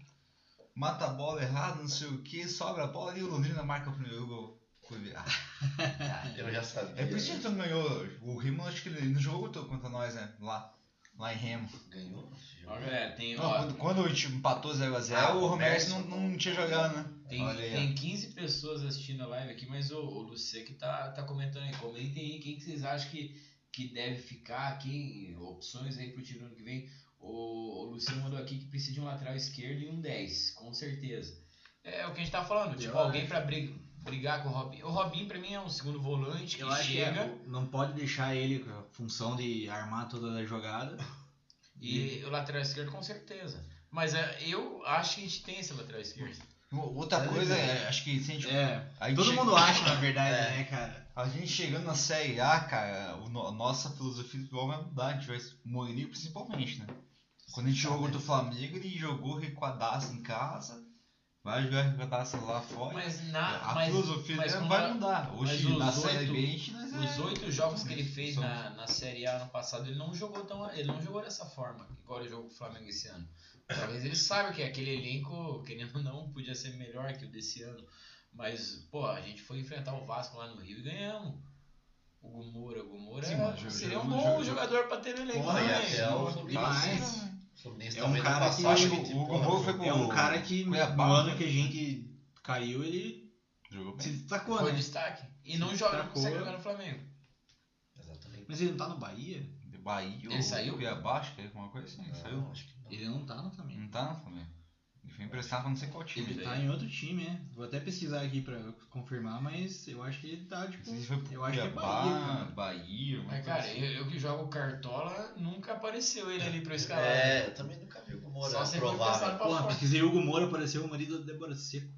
S3: mata a bola errada, não sei o que, sobra a bola e o Londrina marca o primeiro gol. Fui ver. Ah,
S2: Eu já sabia.
S3: É por isso que tu não ganhou. O Remo, acho que ele no jogo todo contra nós, né? Lá. Lá em Remo.
S2: Ganhou? esse
S1: Ó,
S2: jogo.
S1: galera, tem,
S3: Não,
S1: ó,
S3: quando, quando o time empatou 0x0,
S2: Ah,
S3: o
S2: o
S3: Romércio não,
S2: Romércio.
S3: não tinha jogado, né?
S1: tem,
S3: Olha aí, ó.
S1: tem 15 pessoas assistindo a live aqui, mas o, o Luceco tá, tá comentando aí. Comentem aí quem que vocês acham que, que deve ficar, quem, opções aí pro time do ano que vem. O, o Luciano mandou aqui que precisa de um lateral esquerdo e um 10, com certeza. É o que a gente tá falando, tipo,
S4: Eu
S1: alguém pra brigar. Brigar com o Robinho. O Robinho, pra mim, é um segundo volante que
S4: Eu acho que
S1: chega.
S4: é, não pode deixar ele com a função de armar toda a jogada.
S1: E o lateral esquerdo, com certeza. Mas é, eu acho que a gente tem esse lateral esquerdo.
S3: O- Outra
S2: Tá
S3: coisa,
S2: ligado.
S3: é, acho que se a gente.
S4: É.
S3: a gente
S4: Todo
S3: chega-
S4: mundo acha, na verdade, né, cara?
S3: A gente chegando na Série A, cara, o no- a nossa filosofia do futebol vai mudar. A gente vai. O Mourinho principalmente, né? Quando a gente jogou contra o Flamengo, ele jogou recuadaço em casa, vai jogar recuadaço lá fora.
S1: Mas na.
S3: a
S1: mas
S3: filosofia
S1: mas
S3: dele não
S1: com
S3: vai
S1: a-
S3: mudar. Hoje
S1: mas
S3: na
S1: os
S3: Série
S1: oito-
S3: B a gente nós é-
S1: os oito jogos que ele fez
S3: Somos.
S1: na, na Série A ano passado, ele não jogou tão. Ele não jogou dessa forma, igual ele jogou com o Flamengo esse ano. Talvez ele saiba que aquele elenco, querendo ou não, podia ser melhor que o desse ano. Mas, pô, a gente foi enfrentar o Vasco lá no Rio e ganhamos. O Gumura, o Gumura
S3: Sim, mas
S1: seria um
S3: jogando-
S1: bom
S3: jogando-
S1: jogador pra ter no elenco.
S4: Porra,
S2: e
S1: também.
S2: até o
S4: Demais.
S2: O Fluminense
S4: É
S2: também
S4: um
S2: não
S4: cara
S2: passou,
S4: que-
S2: acho que
S3: o-
S2: tipo,
S3: o Gomorra foi pro-
S4: É um cara que no
S3: Cuiabá,
S4: ano
S3: né?
S4: que a gente caiu, ele
S3: Jogou bem.
S4: se destacou,
S1: Foi
S4: né?
S1: destaque. E
S4: Se
S1: não joga, não
S4: destacou.
S1: consegue jogar no Flamengo.
S2: Exatamente.
S4: Mas ele não tá no Bahia?
S3: De Bahia
S1: Ele saiu?
S3: Cuiabá, acho que é alguma coisa assim. ele Saiu.
S2: Não, acho que não.
S4: Ele não tá no Flamengo.
S3: Não tá no Flamengo. Ele foi emprestado pra não né? sei qual time.
S4: Ele
S3: Ele
S4: tá em outro time, né? Vou até pesquisar aqui pra confirmar, mas eu acho que ele tá, tipo.
S3: foi pro
S4: Eu acho que é
S3: Cuiabá,
S4: Bahia, cara.
S3: Bahia, alguma
S1: Mas,
S3: coisa
S1: É, cara,
S3: assim.
S1: eu, eu que jogo cartola, nunca apareceu ele ali pra eu escalar. né?
S2: É, eu também nunca vi o Gomorra.
S1: Só se ele for
S2: provável.
S1: pensado pra
S4: Porra,
S1: fora.
S4: pesquisei Hugo Moura, apareceu o marido da Débora Seco.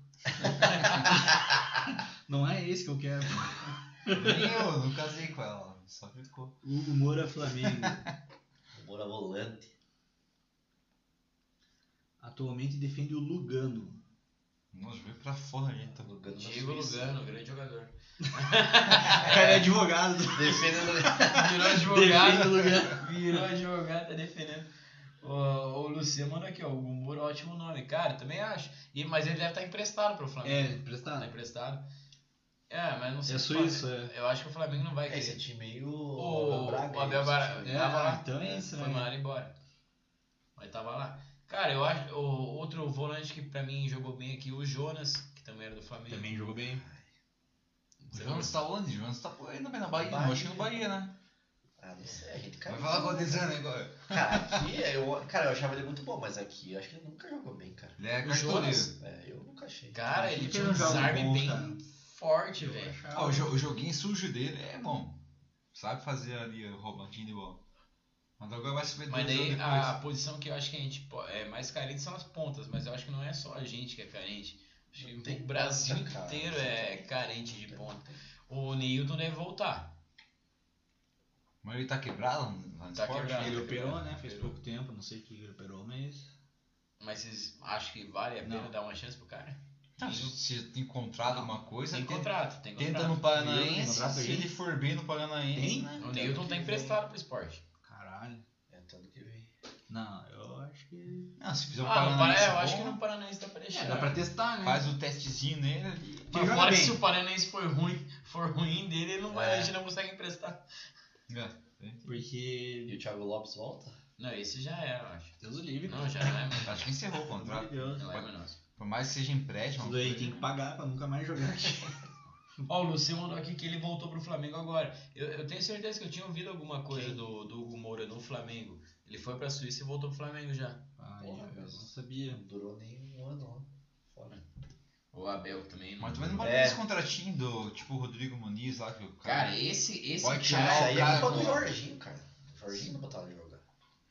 S4: não é esse que eu quero.
S3: Nem eu, não casei com ela, é só ficou.
S4: Hugo Moura Flamengo.
S2: Gomorra é volante.
S4: Atualmente defende o Lugano.
S3: Nossa, veio pra fora, gente. Tá...
S2: Lugano na
S1: Diego
S2: Suíça.
S1: Lugano, grande jogador.
S4: O cara é advogado.
S2: Defendendo
S1: Virou
S4: Defende
S1: advogado.
S4: o Lugano.
S1: Virou advogado, tá defendendo. O, o Luciano manda aqui, ó. O Gumuro, ótimo nome. Cara, também acho. E, mas ele deve estar emprestado pro
S4: É,
S1: Flamengo. Tá
S4: emprestado.
S1: emprestado. É, mas não sei.
S4: É
S1: se o
S4: suíço,
S1: Flamengo- Eu acho que o Flamengo não vai
S2: É esse
S1: querer.
S2: time aí,
S1: O,
S2: o
S1: o Abel Bara-
S4: É,
S1: tava lá.
S4: então é isso,
S1: Foi
S4: né?
S1: mandado embora. Mas tava lá. Cara, eu acho. O outro volante que pra mim jogou bem aqui, o Jonas, que também era do Flamengo.
S4: Também jogou bem.
S3: O Jonas tá onde? O Jonas tá por aí também na Bahia.
S2: Bahia.
S3: Eu acho que no Bahia, né?
S2: Ah, não sei, a gente
S3: Vai
S2: caiu.
S3: falar com o Adesano agora.
S2: Cara, aqui, é, eu, cara, eu achava ele muito bom, mas aqui eu acho que ele nunca jogou bem, cara.
S3: Ele é
S1: O Jonas?
S3: cartoleiro.
S2: É, eu nunca achei.
S1: Cara,
S4: Acho
S1: ele
S4: que
S1: tinha
S4: ele
S1: um
S4: joga
S1: desarme
S4: bom,
S1: bem
S4: cara.
S1: forte, velho.
S3: Ah, o, jo- o joguinho sujo dele é bom. Sabe fazer ali o roubadinho de bola. Mas agora vai se meter
S1: Mas
S3: no jogo
S1: daí ah,
S3: depois.
S1: a posição que eu acho que a gente po- é mais carente são as pontas, mas eu acho que não é só a gente que é carente. Acho que
S2: Tem
S1: o Brasil
S2: ponta, cara.
S1: inteiro é carente de ponta. O Neilton deve voltar.
S3: Mas ele tá quebrado lá no
S1: Tá
S3: esporte?
S1: quebrado.
S4: Ele
S1: Ele
S4: operou,
S1: operou,
S4: né? Fez
S1: operou.
S4: pouco tempo, não sei o que ele operou, mas.
S1: Mas vocês acham que vale a pena
S4: Não.
S1: dar uma chance pro cara?
S3: Tá, se, se tem contrato, alguma coisa,
S4: é,
S1: Tem
S3: tenta-
S1: contrato, tem
S3: tenta
S1: contrato.
S3: no Paranaense.
S4: contrato
S3: se
S4: aí.
S3: ele for bem no Paranaense,
S4: Tem?
S3: né?
S1: O Neilton tá emprestado pro esporte.
S4: Caralho.
S2: É, tanto que vem.
S4: Não, eu acho que.
S3: Não, se fizer
S1: Ah,
S3: um
S1: no
S3: Paranaense.
S1: Paraná, eu
S3: bom,
S1: acho que no Paranaense dá pra deixar.
S4: É, dá pra testar, né?
S3: Faz um o testezinho nele ali.
S1: Mas
S4: Quem joga
S1: fora que
S4: bem.
S1: se o Paranaense for ruim, for ruim dele, ele não vai,
S2: É.
S1: a gente não consegue emprestar.
S3: É, tem.
S4: Porque.
S2: E o Thiago Lopes volta?
S1: Não, esse já era, eu acho.
S4: Deus o livre.
S1: Não, já não é mais.
S3: Acho que encerrou o
S4: Pelo amor de
S3: contrato.
S4: Deus.
S1: Não é mais nosso.
S3: Por mais que seja empréstimo.
S4: Isso daí tem que pagar pra nunca mais jogar aqui.
S1: Ó, o Luciano mandou aqui que ele voltou pro Flamengo agora. Eu, eu tenho certeza que eu tinha ouvido alguma coisa do, do Hugo Moura no Flamengo. Ele foi pra Suíça e voltou pro Flamengo já.
S4: Ai,
S2: Porra,
S4: eu
S2: cara.
S4: não sabia.
S2: Não durou nem um ano, ó. Fora.
S1: O Abel também. né? não-
S3: Mas também não pode
S2: É.
S3: ter esse contratinho do tipo o Rodrigo Muniz lá que o cara.
S1: Cara, esse, esse
S3: Pode
S1: cara,
S3: tirar
S2: Isso
S3: Não,
S2: aí
S3: cara,
S2: é culpa do
S3: não.
S2: Jorginho, cara. O Jorginho não botava ele jogar.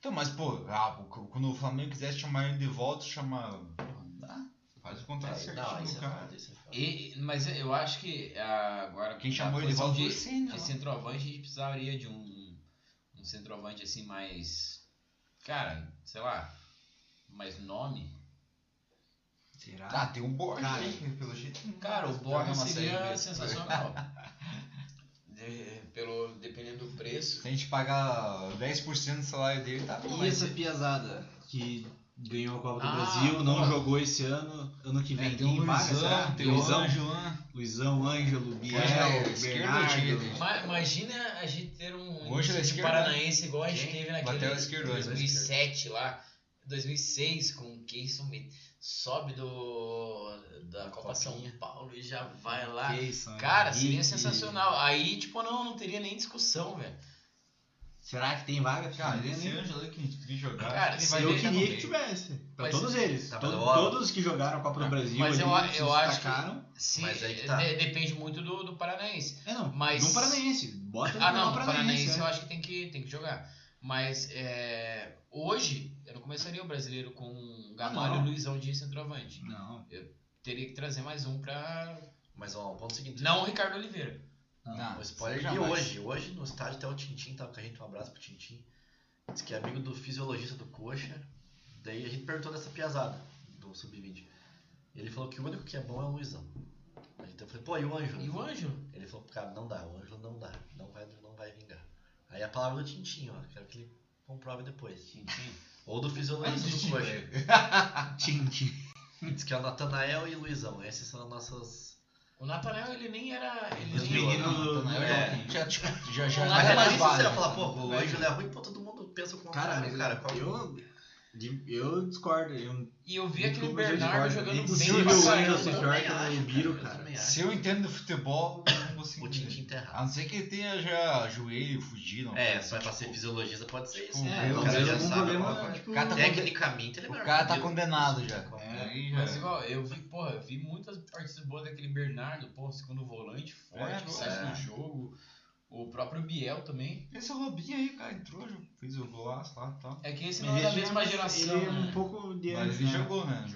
S3: Então, mas pô, ah, pô, quando o Flamengo quiser chamar ele de volta, chama. Ah, faz o contrato
S2: Aí,
S3: certinho
S2: não,
S3: do
S2: isso é
S3: cara.
S2: foda, isso é foda.
S1: e- mas eu acho que ah, agora.
S3: Quem
S1: na
S3: chamou ele de
S1: posição
S3: volta
S1: de,
S3: foi
S1: né?
S3: o Senna,
S1: de
S3: ó.
S1: centroavante, a gente precisaria de um, um centroavante assim mais. Cara, sei lá. Mais nome.
S4: Será?
S3: Ah, tem o Borja
S4: Cara.
S3: aí, pelo jeito.
S1: Cara, o
S3: Joga
S1: Borja
S3: uma
S1: seria
S3: série,
S1: sensacional. De- pelo, dependendo do preço.
S3: Se a gente pagar 10% do salário dele, tá bom.
S4: Ah, E essa piazada que ganhou a Copa do
S1: Ah,
S4: Brasil, não
S1: boa.
S4: jogou esse ano, ano que vem
S3: É,
S4: quem paga, será?
S3: tem um o
S4: Luizão,
S3: Anjo lá.
S4: Luizão, Ângelo, Biel,
S3: é, esquerda ou
S4: Bernardo.
S3: direita?
S1: Ma- Imagina a gente ter um
S3: Hoje
S1: início
S3: da
S1: de
S3: esquerda,
S1: paranaense igual a gente
S3: Quem?
S1: teve naquele
S3: Lateral esquerdo, lateral
S1: 2007 lá, 2006 com o Keyson Mit- sobe do da Copa São
S4: Copinha.
S1: Paulo e já vai lá.
S4: Keyson,
S1: Cara, seria
S4: Henrique.
S1: sensacional. Aí, tipo, não, não teria nem discussão, velho.
S4: Será que tem vaga?
S3: Cara,
S4: Não,
S3: esse
S4: né?
S3: Ângelo aí que a gente viu jogar,
S1: Cara,
S3: ele
S1: se
S3: vai
S4: eu
S3: deitar no
S4: queria que
S3: meio.
S4: tivesse. Pra
S1: Mas-
S4: todos eles.
S2: Tá,
S4: to-
S2: mas, ó,
S4: todos que jogaram a Copa do Brasil
S1: mas eu-
S4: ali, se
S1: eu acho que-
S4: destacaram.
S1: Se,
S2: Mas aí que tá.
S1: de- depende muito do, do paranaense.
S4: É não,
S1: Mas-
S4: de um paranaense. Bota
S1: Ah, não,
S4: um
S1: o
S4: paranaense.
S1: paranaense
S4: é.
S1: eu acho que tem que, tem que jogar. Mas é, hoje, eu não começaria o brasileiro com um Gamalho
S4: não.
S1: e Luizão de centroavante.
S4: Não,
S1: Teria que trazer mais um pra
S2: Mas ó, o ponto seguinte.
S1: Não o Ricardo Oliveira.
S3: Não, é
S2: O spoiler
S3: já
S2: de hoje. Hoje no estádio até o Tintim tava com a gente, um abraço pro Tintim. Diz que é amigo do fisiologista do Coxa. Daí a gente perguntou dessa piazada do Sub-20. Ele falou que o único que é bom é o Luizão. Aí Então eu falei, pô, e o Ângelo?
S1: E o Ângelo?
S2: Ele falou, cara, não dá, o Ângelo não dá. Não vai, não vai vingar. Aí a palavra do Tintim, ó. Quero que ele comprove depois. Ou do fisiologista do Coxa.
S4: Tintin.
S2: Diz que é o Natanael e o Luizão. Essas são as nossas.
S1: O Natanael, ele nem era. Ele
S4: Os
S1: nem...
S4: meninos do. do-
S2: É.
S3: Já, tipo, já, já.
S1: Não,
S2: Mas
S1: é
S2: é mais
S1: mais
S2: difícil
S1: base,
S2: você falar, pô, o
S3: Vai.
S2: Ângelo é ruim, pô, todo mundo pensa o contrário,
S4: Cara,
S2: cara.
S4: mas
S2: qual que é o
S4: eu. de- Eu discordo. Eu,
S1: E eu vi aquele
S4: Desculpa,
S1: Bernardo
S4: Jorge,
S1: jogando
S4: Jorge.
S1: bem
S3: Sim,
S1: pra
S3: eu-
S1: caramba.
S4: eu- Jorge
S2: também
S4: no
S2: acho,
S4: Biro,
S2: eu
S4: cara.
S2: também acho.
S3: Se eu entendo futebol, eu não consigo
S2: é. O Tintin
S3: entender.
S2: tá
S3: A
S2: errado.
S3: não ser que ele tenha já joelho fudido. não
S2: É,
S3: sei,
S2: só pra
S3: tipo,
S2: ser fisiologista pode ser isso.
S3: tipo,
S2: né?
S4: é,
S3: eu
S2: o
S4: talvez
S2: cara já
S4: algum
S2: sabe. é
S4: problema,
S2: agora.
S4: tipo,
S3: O cara tá
S2: Tecnicamente ele é
S3: O
S2: melhor.
S3: cara
S2: que
S3: tá
S2: Biro.
S3: condenado já.
S4: É,
S3: Aí já-
S1: Mas igual, eu vi, porra, eu vi muitas partidas boas daquele Bernardo, porra, segundo volante, forte,
S3: É,
S1: que sai
S2: é.
S1: do jogo. O próprio Biel também.
S3: Esse Robinho aí, cara, entrou, já fez o golaço lá e tal.
S1: É que esse
S4: Mas
S1: não é da
S4: ele
S1: mesma
S4: já-
S1: geração.
S4: Ele é um
S1: né?
S4: pouco de
S3: Mas
S4: antes,
S3: ele
S4: né?
S3: jogou, né?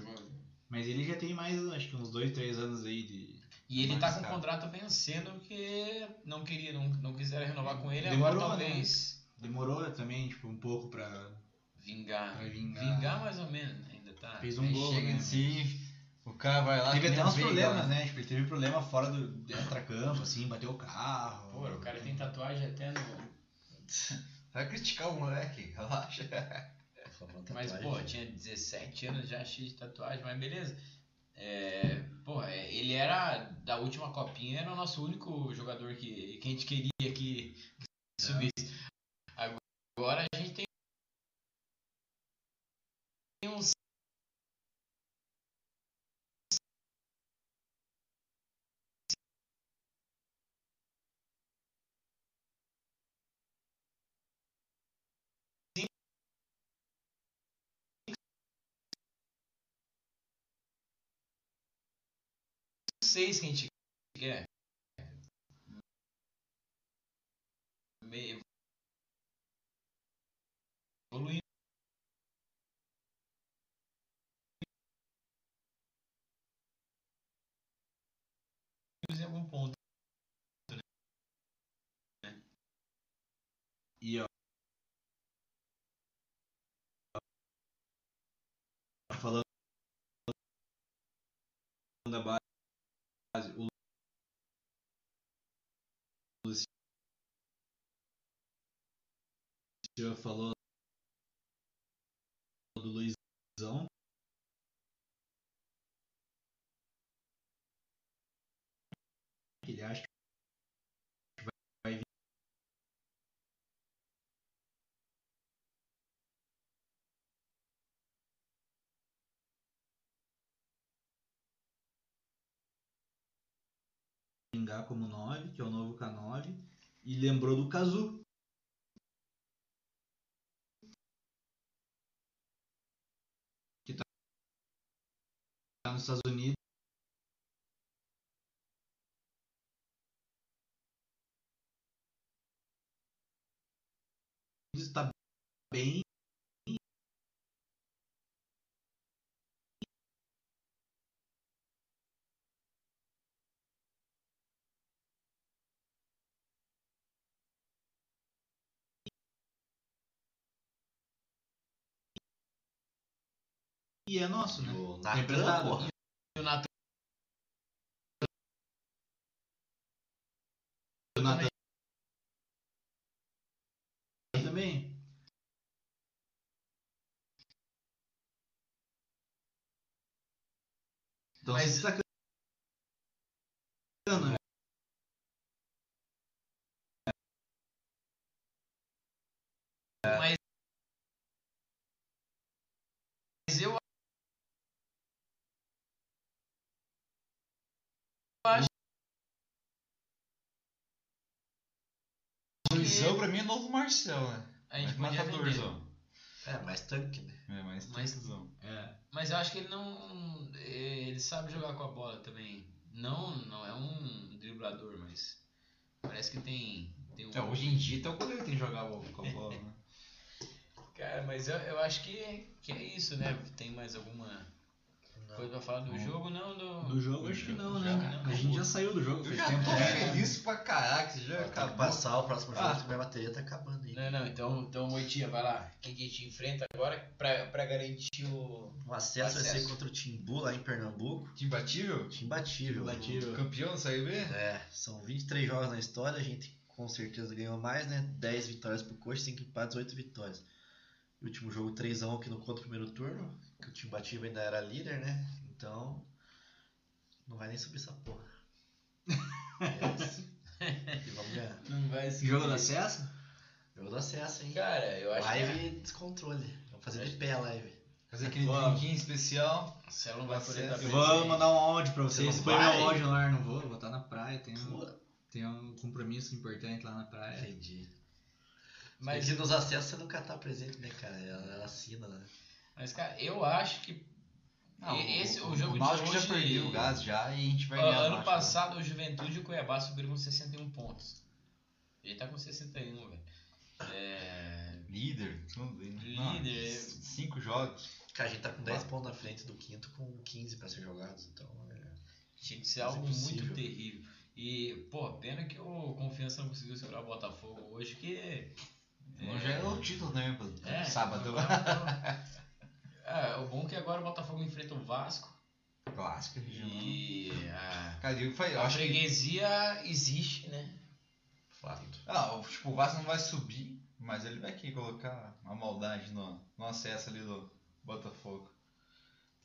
S4: Mas ele já tem mais, acho que uns dois, três anos aí de.
S1: E ele
S3: Mas,
S1: tá com o
S3: cara.
S1: contrato vencendo porque não queria, não, não quiseram renovar com ele.
S4: Demorou,
S1: agora
S4: né?
S1: talvez
S4: Demorou também, tipo, um pouco pra,
S1: vingar.
S4: pra vingar.
S1: Vingar mais ou menos, ainda tá.
S4: Fez um
S1: Aí
S4: gol,
S1: chega
S4: né?
S1: nesse-
S3: Sim, assim, o cara vai lá.
S4: Teve
S3: que
S4: até
S3: nem
S4: uns
S3: um Veiga,
S4: problemas, né? Tipo, ele teve problema fora do de extracampo, assim, bateu o carro.
S1: Pô, o cara tem tatuagem até no.
S3: Vai criticar o moleque, relaxa.
S2: Foi uma
S1: Mas,
S2: tatuagem.
S1: pô, eu tinha 17 anos já cheio de tatuagem, mas beleza. É, pô, é, ele era da última copinha, era o nosso único jogador que, que a gente queria que subisse. Agora, agora a gente tem. um Tem uns. seis que a gente quer. Meio. Evoluindo. Em algum ponto.
S4: E ó. Falando da base, o Luciano falou do Luizão. que Ele acha Maringá como 9, que é o novo K9, e lembrou do Kazu. Que tá tá nos Estados Unidos. Está tá bem e é nosso, né?
S2: O Natan,
S4: Representado.
S2: porra.
S1: E o Natan
S4: O Natan também. Então,
S1: Mas-
S4: se destacando, né?
S1: Mas, mas eu acho
S3: Luizão pra mim é novo Marcel, né?
S1: a gente
S3: Mas
S1: podia vender.
S3: matador,
S2: É, mais tanque, né?
S3: É, mas
S1: Mas-
S3: tanquezão.
S4: É.
S1: Mas eu acho que ele não. eh, Ele sabe jogar com a bola também. Não, não é um driblador, mas parece que tem. tem um...
S3: É, hoje em dia até o goleiro tem que jogar bola com a bola, né?
S1: Cara, mas eu, eu acho que, que é isso, né? Tem mais alguma coisa pra falar do jogo? Não, do.
S4: Do jogo,
S3: Do
S4: acho que
S3: jogo,
S4: não,
S1: já,
S4: né?
S1: né?
S4: A gente já saiu do jogo
S3: Eu
S4: faz
S3: já
S4: tempo.
S3: tô
S4: né?
S3: feliz pra caraca, você já
S2: Vai ter que
S3: acabou.
S2: passar o próximo jogo,
S3: Ah.
S2: que minha bateria tá acabando aí.
S1: Não, não, então, então Moitinha, vai lá. Quem que te enfrenta agora pra, pra garantir o.
S2: O acesso, vai ser
S1: Acesso.
S2: contra o Timbu lá em Pernambuco.
S3: Time batível?
S2: Time imbatível.
S4: Imbatível.
S3: Campeão da Série B?
S2: É, são 23 jogos na história, a gente com certeza ganhou mais, né? 10 vitórias pro Coxa, 5 empates, 8 vitórias. E o último jogo 3x1 aqui no contra o primeiro turno, que o time batido ainda era líder, né? Então, não vai nem subir essa porra. É isso. e vamos ganhar.
S1: Não vai
S4: Jogo do acesso?
S2: Jogo do acesso, hein?
S1: Cara, eu acho que. é.
S2: Live descontrole. Vamos fazer de pé a live.
S3: Fazer aquele
S4: Boa.
S3: brinquinho especial.
S1: O Celo não vai poder
S3: Acesso.
S1: estar
S4: Eu
S1: presente.
S4: vou mandar um áudio pra
S2: Você
S4: vocês.
S2: não
S4: Põe
S2: vai?
S4: meu áudio no ar, não vou. Vou estar na praia. Tem
S1: é.
S4: um,
S2: Pô,
S4: tem um compromisso importante lá na praia.
S2: Entendi. Mas
S1: Mas,
S2: que nos acessos você nunca tá presente, né, cara? Ela, ela assina, né?
S1: mas, cara, eu acho que. e- esse, o, jogo
S3: o
S1: de
S3: Náutico
S1: hoje.
S3: já perdeu o gás já e a gente vai
S1: Ó,
S3: ganhar. né?
S1: ano
S3: acho.
S1: passado, o Juventude e o Cuiabá subiram com 61 pontos. Ele tá com 61, velho. É...
S3: Líder, tudo aí, né?
S1: Líder, é.
S3: Ah, Cinco jogos.
S2: Cara, a gente tá com 10 pontos na frente do quinto com 15 pra ser jogados, então. É...
S1: Tinha que ser
S2: Mas
S1: algo
S2: impossível.
S1: muito terrível. E, pô, pena que o Confiança não conseguiu segurar o Botafogo hoje, que.
S3: Então já é o título também, pô.
S1: É,
S3: Sábado.
S1: então, então, é, o bom é que agora o Botafogo enfrenta o Vasco
S3: Clássico, regional.
S1: e a,
S3: Cara, eu falei, eu
S1: a
S3: acho que.
S1: freguesia existe, né?
S2: Fato.
S3: Ah, o- tipo, o Vasco não vai subir, mas ele vai aqui colocar uma maldade no, no acesso ali do Botafogo.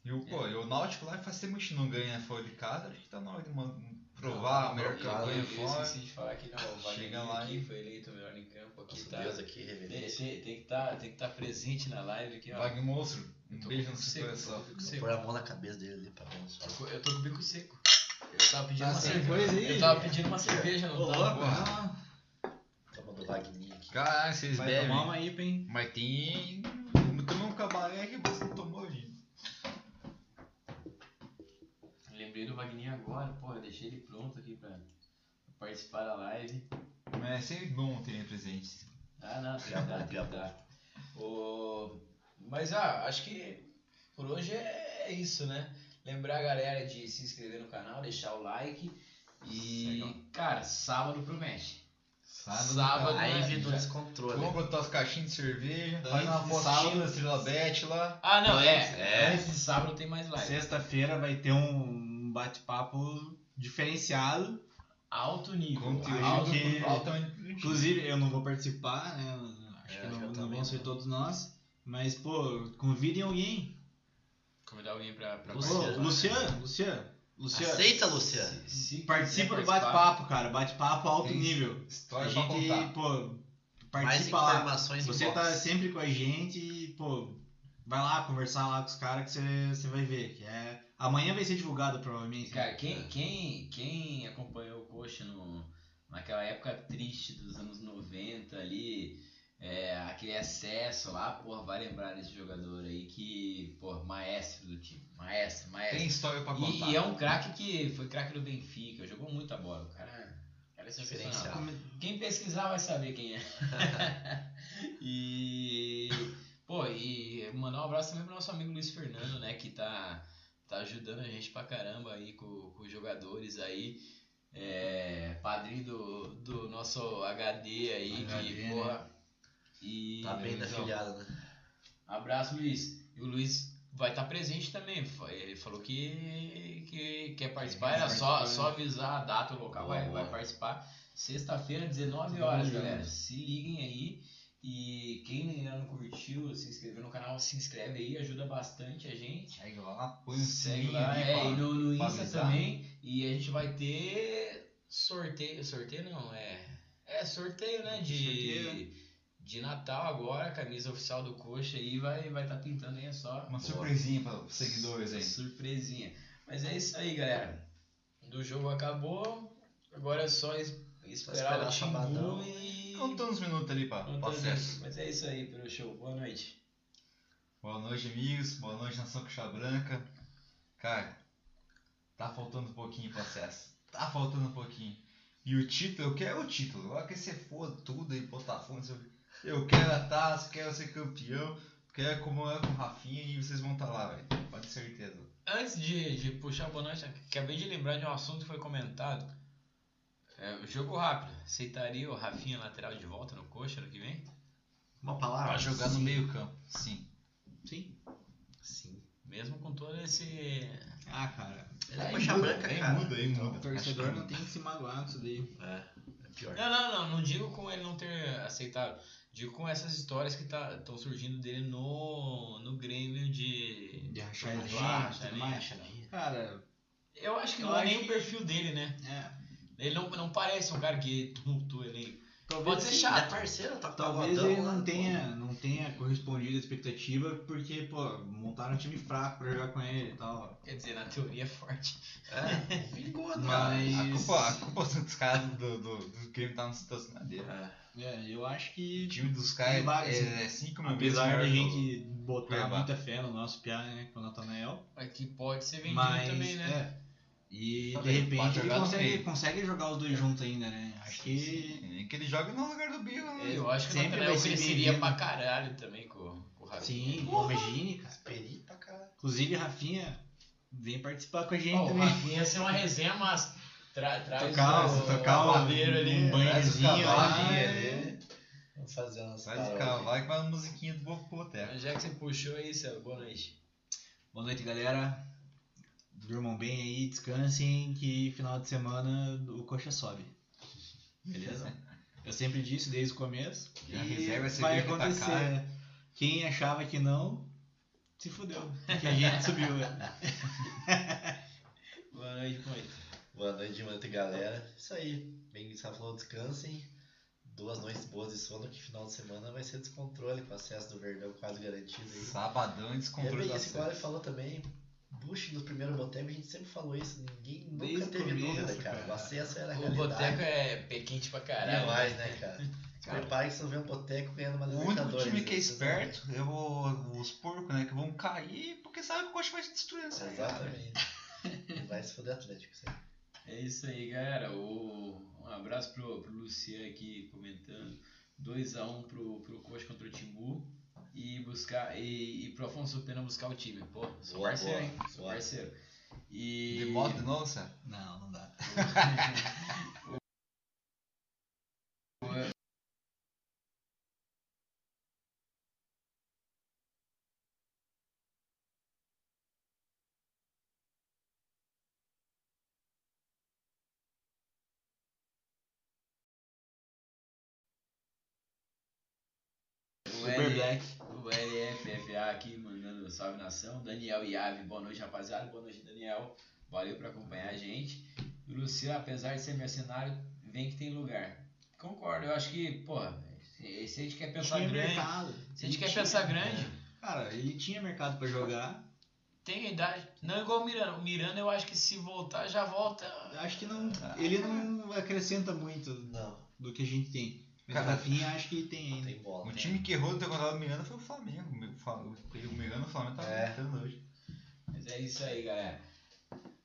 S3: E o,
S1: É.
S3: pô, e o Náutico lá faz tempo que a gente não ganha fora de casa, acho que tá na hora de uma- provar a melhor
S2: não, cara,
S3: campanha
S1: eu, eu
S3: fora.
S1: esqueci de falar que não, o
S3: Chega
S1: Chega
S3: lá
S1: aqui
S3: e-
S1: foi eleito o melhor em campo aqui,
S2: Nosso
S1: tá?
S2: Deus aqui,
S1: Tem,
S2: reverência.
S1: tem- tem que tá, estar presente na live aqui, ó.
S3: Wagner Monstro, um
S1: Eu tô
S3: beijo
S1: com
S3: no seu
S1: seco, eu
S3: coração.
S1: tô com
S2: Vou
S1: seco.
S2: Pôr a mão na cabeça dele ali pra abençoar.
S1: Eu tô- Eu tô com o bico seco. Eu tava pedindo
S4: Tá
S1: uma
S4: sem
S1: cerveja.
S4: coisa aí?
S1: Eu tava pedindo uma cerveja, não tava?
S4: Então,
S2: Toma do Wagner aqui.
S3: Caralho, vocês
S4: Vai
S3: bebem.
S4: tomar uma IPA, hein?
S3: Mas tem. Tomou um cabaré que você não tomou, gente.
S1: Lembrei do Wagner agora, pô, eu deixei ele pronto aqui pra participar da live.
S3: Mas é sempre bom ter presente.
S1: Ah, não,
S2: Já
S1: dá,
S2: bom, já
S1: dá, dá. O... Mas ah, acho que por hoje é isso, né? Lembrar a galera de se inscrever no canal, deixar o like. E, cara, sábado promete.
S3: Sábado,
S1: Sábado,
S3: cara.
S2: Live do
S1: já-
S2: descontrole.
S3: Vamos botar as caixinhas de cerveja,
S4: Antes
S3: faz uma
S4: de
S3: fotinha
S4: sábado.
S3: da Estrela Bet lá.
S1: Ah, não,
S2: É.
S1: é. Antes de sábado tem mais live.
S4: Sexta-feira vai ter um bate-papo diferenciado.
S1: Alto nível.
S3: Conteúdo
S1: alto
S4: que-
S3: altamente.
S4: Inclusive, eu não vou participar, né? Acho
S2: É,
S4: que
S2: acho
S4: não,
S2: que tá
S4: não
S2: bom,
S4: vão ser
S2: né?
S4: todos nós. Mas, pô, convidem alguém.
S1: Convidar alguém pra, pra
S4: Pô,
S2: Luciano.
S4: Luciano, Luciano, Luciano.
S2: Aceita, Luciano.
S1: Se- se
S4: Participa
S1: quiser
S4: do
S1: participar,
S4: bate-papo, cara. Bate-papo alto
S3: Tem
S4: nível. A
S3: História pra
S4: gente,
S3: contar.
S4: pô,
S2: Mais
S4: participa lá.
S2: informações
S4: Você
S2: inbox.
S4: tá sempre com a gente e, pô, Vai lá conversar lá com os caras que você- você vai ver. Que é... Amanhã vai ser divulgado, provavelmente. né?
S1: Cara, quem, quem, quem acompanhou o Coxa no, naquela época triste dos anos 90 ali, é, aquele acesso lá, porra, vai lembrar desse jogador aí que, porra, maestro do time. Maestro, maestro.
S3: Tem história pra
S1: E,
S3: contar.
S1: e é um craque que foi craque do Benfica, jogou muita bola. O cara, o cara é sensacional.
S2: Diferenciado.
S1: Quem pesquisar vai saber quem é. e. Pô, e mandar um abraço também pro nosso amigo Luiz Fernando, né? Que tá, tá ajudando a gente pra caramba aí com, com os jogadores aí. É, padrinho do, do nosso HD aí,
S4: HD,
S1: que,
S4: né?
S1: porra. E,
S2: Tá bem da
S1: Luizão,
S2: filiada, né?
S1: Abraço, Luiz. E o Luiz vai estar presente também. Fa- Ele falou que, que quer participar,
S4: Quer
S1: era só,
S4: participar,
S1: só avisar a data, o local, vai,
S2: Boa.
S1: vai participar. Sexta-feira, 19 horas,
S4: 19
S1: galera. Se liguem aí. E quem ainda não curtiu, se inscreveu no canal, se inscreve aí, ajuda bastante a gente.
S3: Segue lá, põe um o
S1: Segue
S3: sininho
S1: lá,
S3: ali,
S1: é,
S3: pá.
S1: e no, no
S3: pra
S1: Insta
S3: avisar.
S1: também. E a gente vai ter sorteio. Sorteio não, é. É sorteio, né? De,
S4: Sorteio.
S1: de Natal agora, a camisa oficial do Coxa aí vai vai tá pintando aí, é só.
S3: Uma surpresinha para os seguidores aí.
S1: Surpresinha. Mas é isso aí, galera. Do jogo acabou. Agora é só es- esperar,
S2: esperar
S1: o
S2: sabadão.
S1: Timbu e.
S3: Conta uns minutos ali, pá.
S1: Não
S3: pro
S1: tô
S3: acesso.
S1: vendo. Mas é isso aí pelo show. Boa noite.
S3: Boa noite, amigos. Boa noite, Nação Coxa Branca. Cara, tá faltando um pouquinho pro acesso. Tá faltando um pouquinho. E o título, eu quero o título. Agora que você for tudo aí, Botafogo, não sei o quê. eu quero a taça, quero ser campeão, quero comemorar com o Rafinha e vocês vão estar lá, velho. Pode ter certeza.
S1: Antes de, de puxar boa noite, acabei de lembrar de um assunto que foi comentado. É, jogo rápido. Aceitaria o Rafinha lateral de volta no coxa ano que vem?
S2: Uma
S4: Ah,
S2: palavra.
S4: Tá
S3: Pra jogar no meio campo, sim.
S4: Sim.
S1: Sim. Mesmo com todo esse.
S4: Ah, cara.
S2: Ele é
S3: Aí
S2: coxa
S3: muda,
S2: branca,
S3: aí
S2: cara.
S3: muda, aí
S4: O
S3: muda.
S4: torcedor
S3: Acho que
S4: não tem que se magoar com isso daí.
S2: É, é pior.
S1: Não, não, não. Não digo com ele não ter aceitado. Digo com essas histórias que estão surgindo dele no, no Grêmio de.
S4: De rachar
S1: Ah,
S4: a
S1: rachar
S4: gente, tudo
S1: a
S4: mais. Cara,
S1: Eu acho que
S4: Eu
S1: não é
S4: acho
S1: nem o
S4: que-
S1: perfil dele, né?
S4: é.
S1: Ele não, não parece um cara que tumultua o elenco. Pode ser
S2: Ele
S1: chato.
S2: É
S4: né?
S2: parceiro, tá com
S4: Talvez
S2: pagodão
S4: ele
S2: lá,
S4: não
S2: pô.
S4: tenha, não tenha correspondido à expectativa, porque, pô, montaram um time fraco pra jogar com ele e tal.
S1: Quer dizer, na teoria é forte.
S2: É, vingou, cara.
S4: Mas.
S3: A culpa, a culpa dos caras do, do, do Grêmio tá numa situação dele.
S2: É.
S4: É, eu acho
S3: O
S4: que.
S3: time dos caras
S4: Tem vários,
S3: é 5 mil vezes
S4: Apesar da
S3: maior que o-
S4: gente botar
S3: Cuiabá.
S4: muita fé no nosso piá, né, com o Natanael.
S1: Mas que pode ser vendido
S4: mas,
S1: também, né?
S4: É. E
S3: Tá
S4: de
S3: bem,
S4: repente
S3: pode
S4: ele
S3: jogar no
S4: consegue,
S3: meio.
S4: consegue jogar os dois juntos ainda, né? Acho que.
S3: Nem é que ele joga no lugar do Bill, né?
S1: Eu acho que o
S4: é, Sempre
S1: Natanael
S4: vai ser
S1: cresceria
S4: bem-vindo.
S1: pra caralho também com, com o Rafinha.
S4: Sim, imagine, cara.
S2: Peri pra caralho.
S4: Inclusive, Rafinha, vem participar com a gente
S1: Ó, o
S4: também.
S1: Rafinha ia ser uma resenha, mas tra traz
S4: Tocar,
S1: o,
S4: tocar
S1: o
S4: um-
S1: padeiro ali. né?
S4: um banhozinho lá.
S2: Ah, é.
S3: né?
S2: Vamos fazer umas
S3: Sai de
S2: paródias.
S3: cavalo e faz uma musiquinha do Bobo pro Boteco.
S1: Já que você puxou aí, Céu, boa noite.
S4: Boa noite, galera. Durmam bem aí, descansem, que final de semana o coxa sobe. Beleza? Eu sempre disse desde o começo.
S3: E a
S4: que
S3: reserva é
S4: vai
S3: cerveja pra
S4: acontecer.
S3: cara.
S4: Quem achava que não, se fudeu. Que a gente subiu. né?
S1: Boa noite, boa noite.
S4: é
S2: Boa noite, boa noite, galera. Isso aí. Bem que você falou, descansem. Duas noites boas de sono, que final de semana vai ser descontrole com o acesso do Verdão quase garantido aí.
S3: Sabadão e
S2: E é
S3: descontrole
S2: bem
S3: da
S2: isso que o
S3: série.
S2: Ale falou também. Bush no primeiro boteco, a gente sempre falou isso, ninguém nunca
S4: Desde o
S2: teve
S4: começo,
S2: dúvida, cara.
S4: cara.
S2: O acesso
S4: Tá
S2: era a
S1: O boteco
S2: realidade.
S1: é pequente pra caralho.
S2: Demais, né, cara? Se
S4: Cara.
S2: prepare que vocês vão ver um boteco ganhando uma
S3: O único
S2: Libertadores.
S3: time que é
S2: né?
S3: esperto é o- os porcos, né? Que vão cair porque sabe que o coxa vai se destruir nessa Exatamente.
S2: Exatamente. E vai se foder Atlético, isso aí.
S1: É isso aí, galera. O- um abraço pro, pro Lucian aqui comentando. 2x1 pro, pro Coxa contra o Timbu. E, buscar, e, e pro Afonso Pena buscar o time. Pô, sou
S2: Boa,
S1: parceiro,
S2: boa,
S1: hein? Sou
S2: boa.
S1: parceiro. E.
S3: De moto de novo, Sam?
S4: Não, não dá.
S1: o
S4: Super
S1: L-
S4: Black.
S1: o LFFA aqui mandando salve nação. Daniel Iave, boa noite, rapaziada. Boa noite, Daniel. Valeu por acompanhar a gente. E o Luciano, apesar de ser mercenário, vem que tem lugar. Concordo, eu acho que, porra, se se a gente quer pensar
S4: Tinha
S1: grande.
S4: é mercado.
S1: Se a gente quer
S4: Tinha- né?
S1: pensar grande,
S4: Cara, ele tinha mercado pra jogar.
S1: Tem a idade. Não é igual o Miranda. O Miranda eu acho que se voltar, já volta.
S4: Acho que não. Ele não acrescenta muito
S2: Não,
S4: do que a gente tem. Mas
S3: Cara,
S4: o Rafinha acho que tem ainda.
S2: tem bola.
S3: O time que errou no ter contratado o Miranda foi o Flamengo. O Fa- O Miranda o Flamengo tá
S2: É.
S3: lutando hoje.
S1: Mas é isso aí, galera.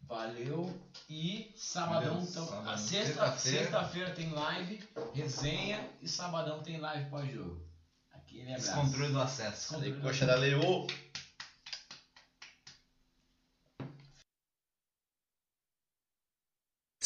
S1: Valeu e sabadão.
S3: Valeu,
S1: então,
S3: sábado.
S1: a sexta-
S3: Sexta-feira.
S1: sexta-feira tem live, resenha e sabadão tem live pós-jogo. Aquele abraço.
S3: Descontrole do acesso.
S1: Descontrole do
S2: Coxa da Leô.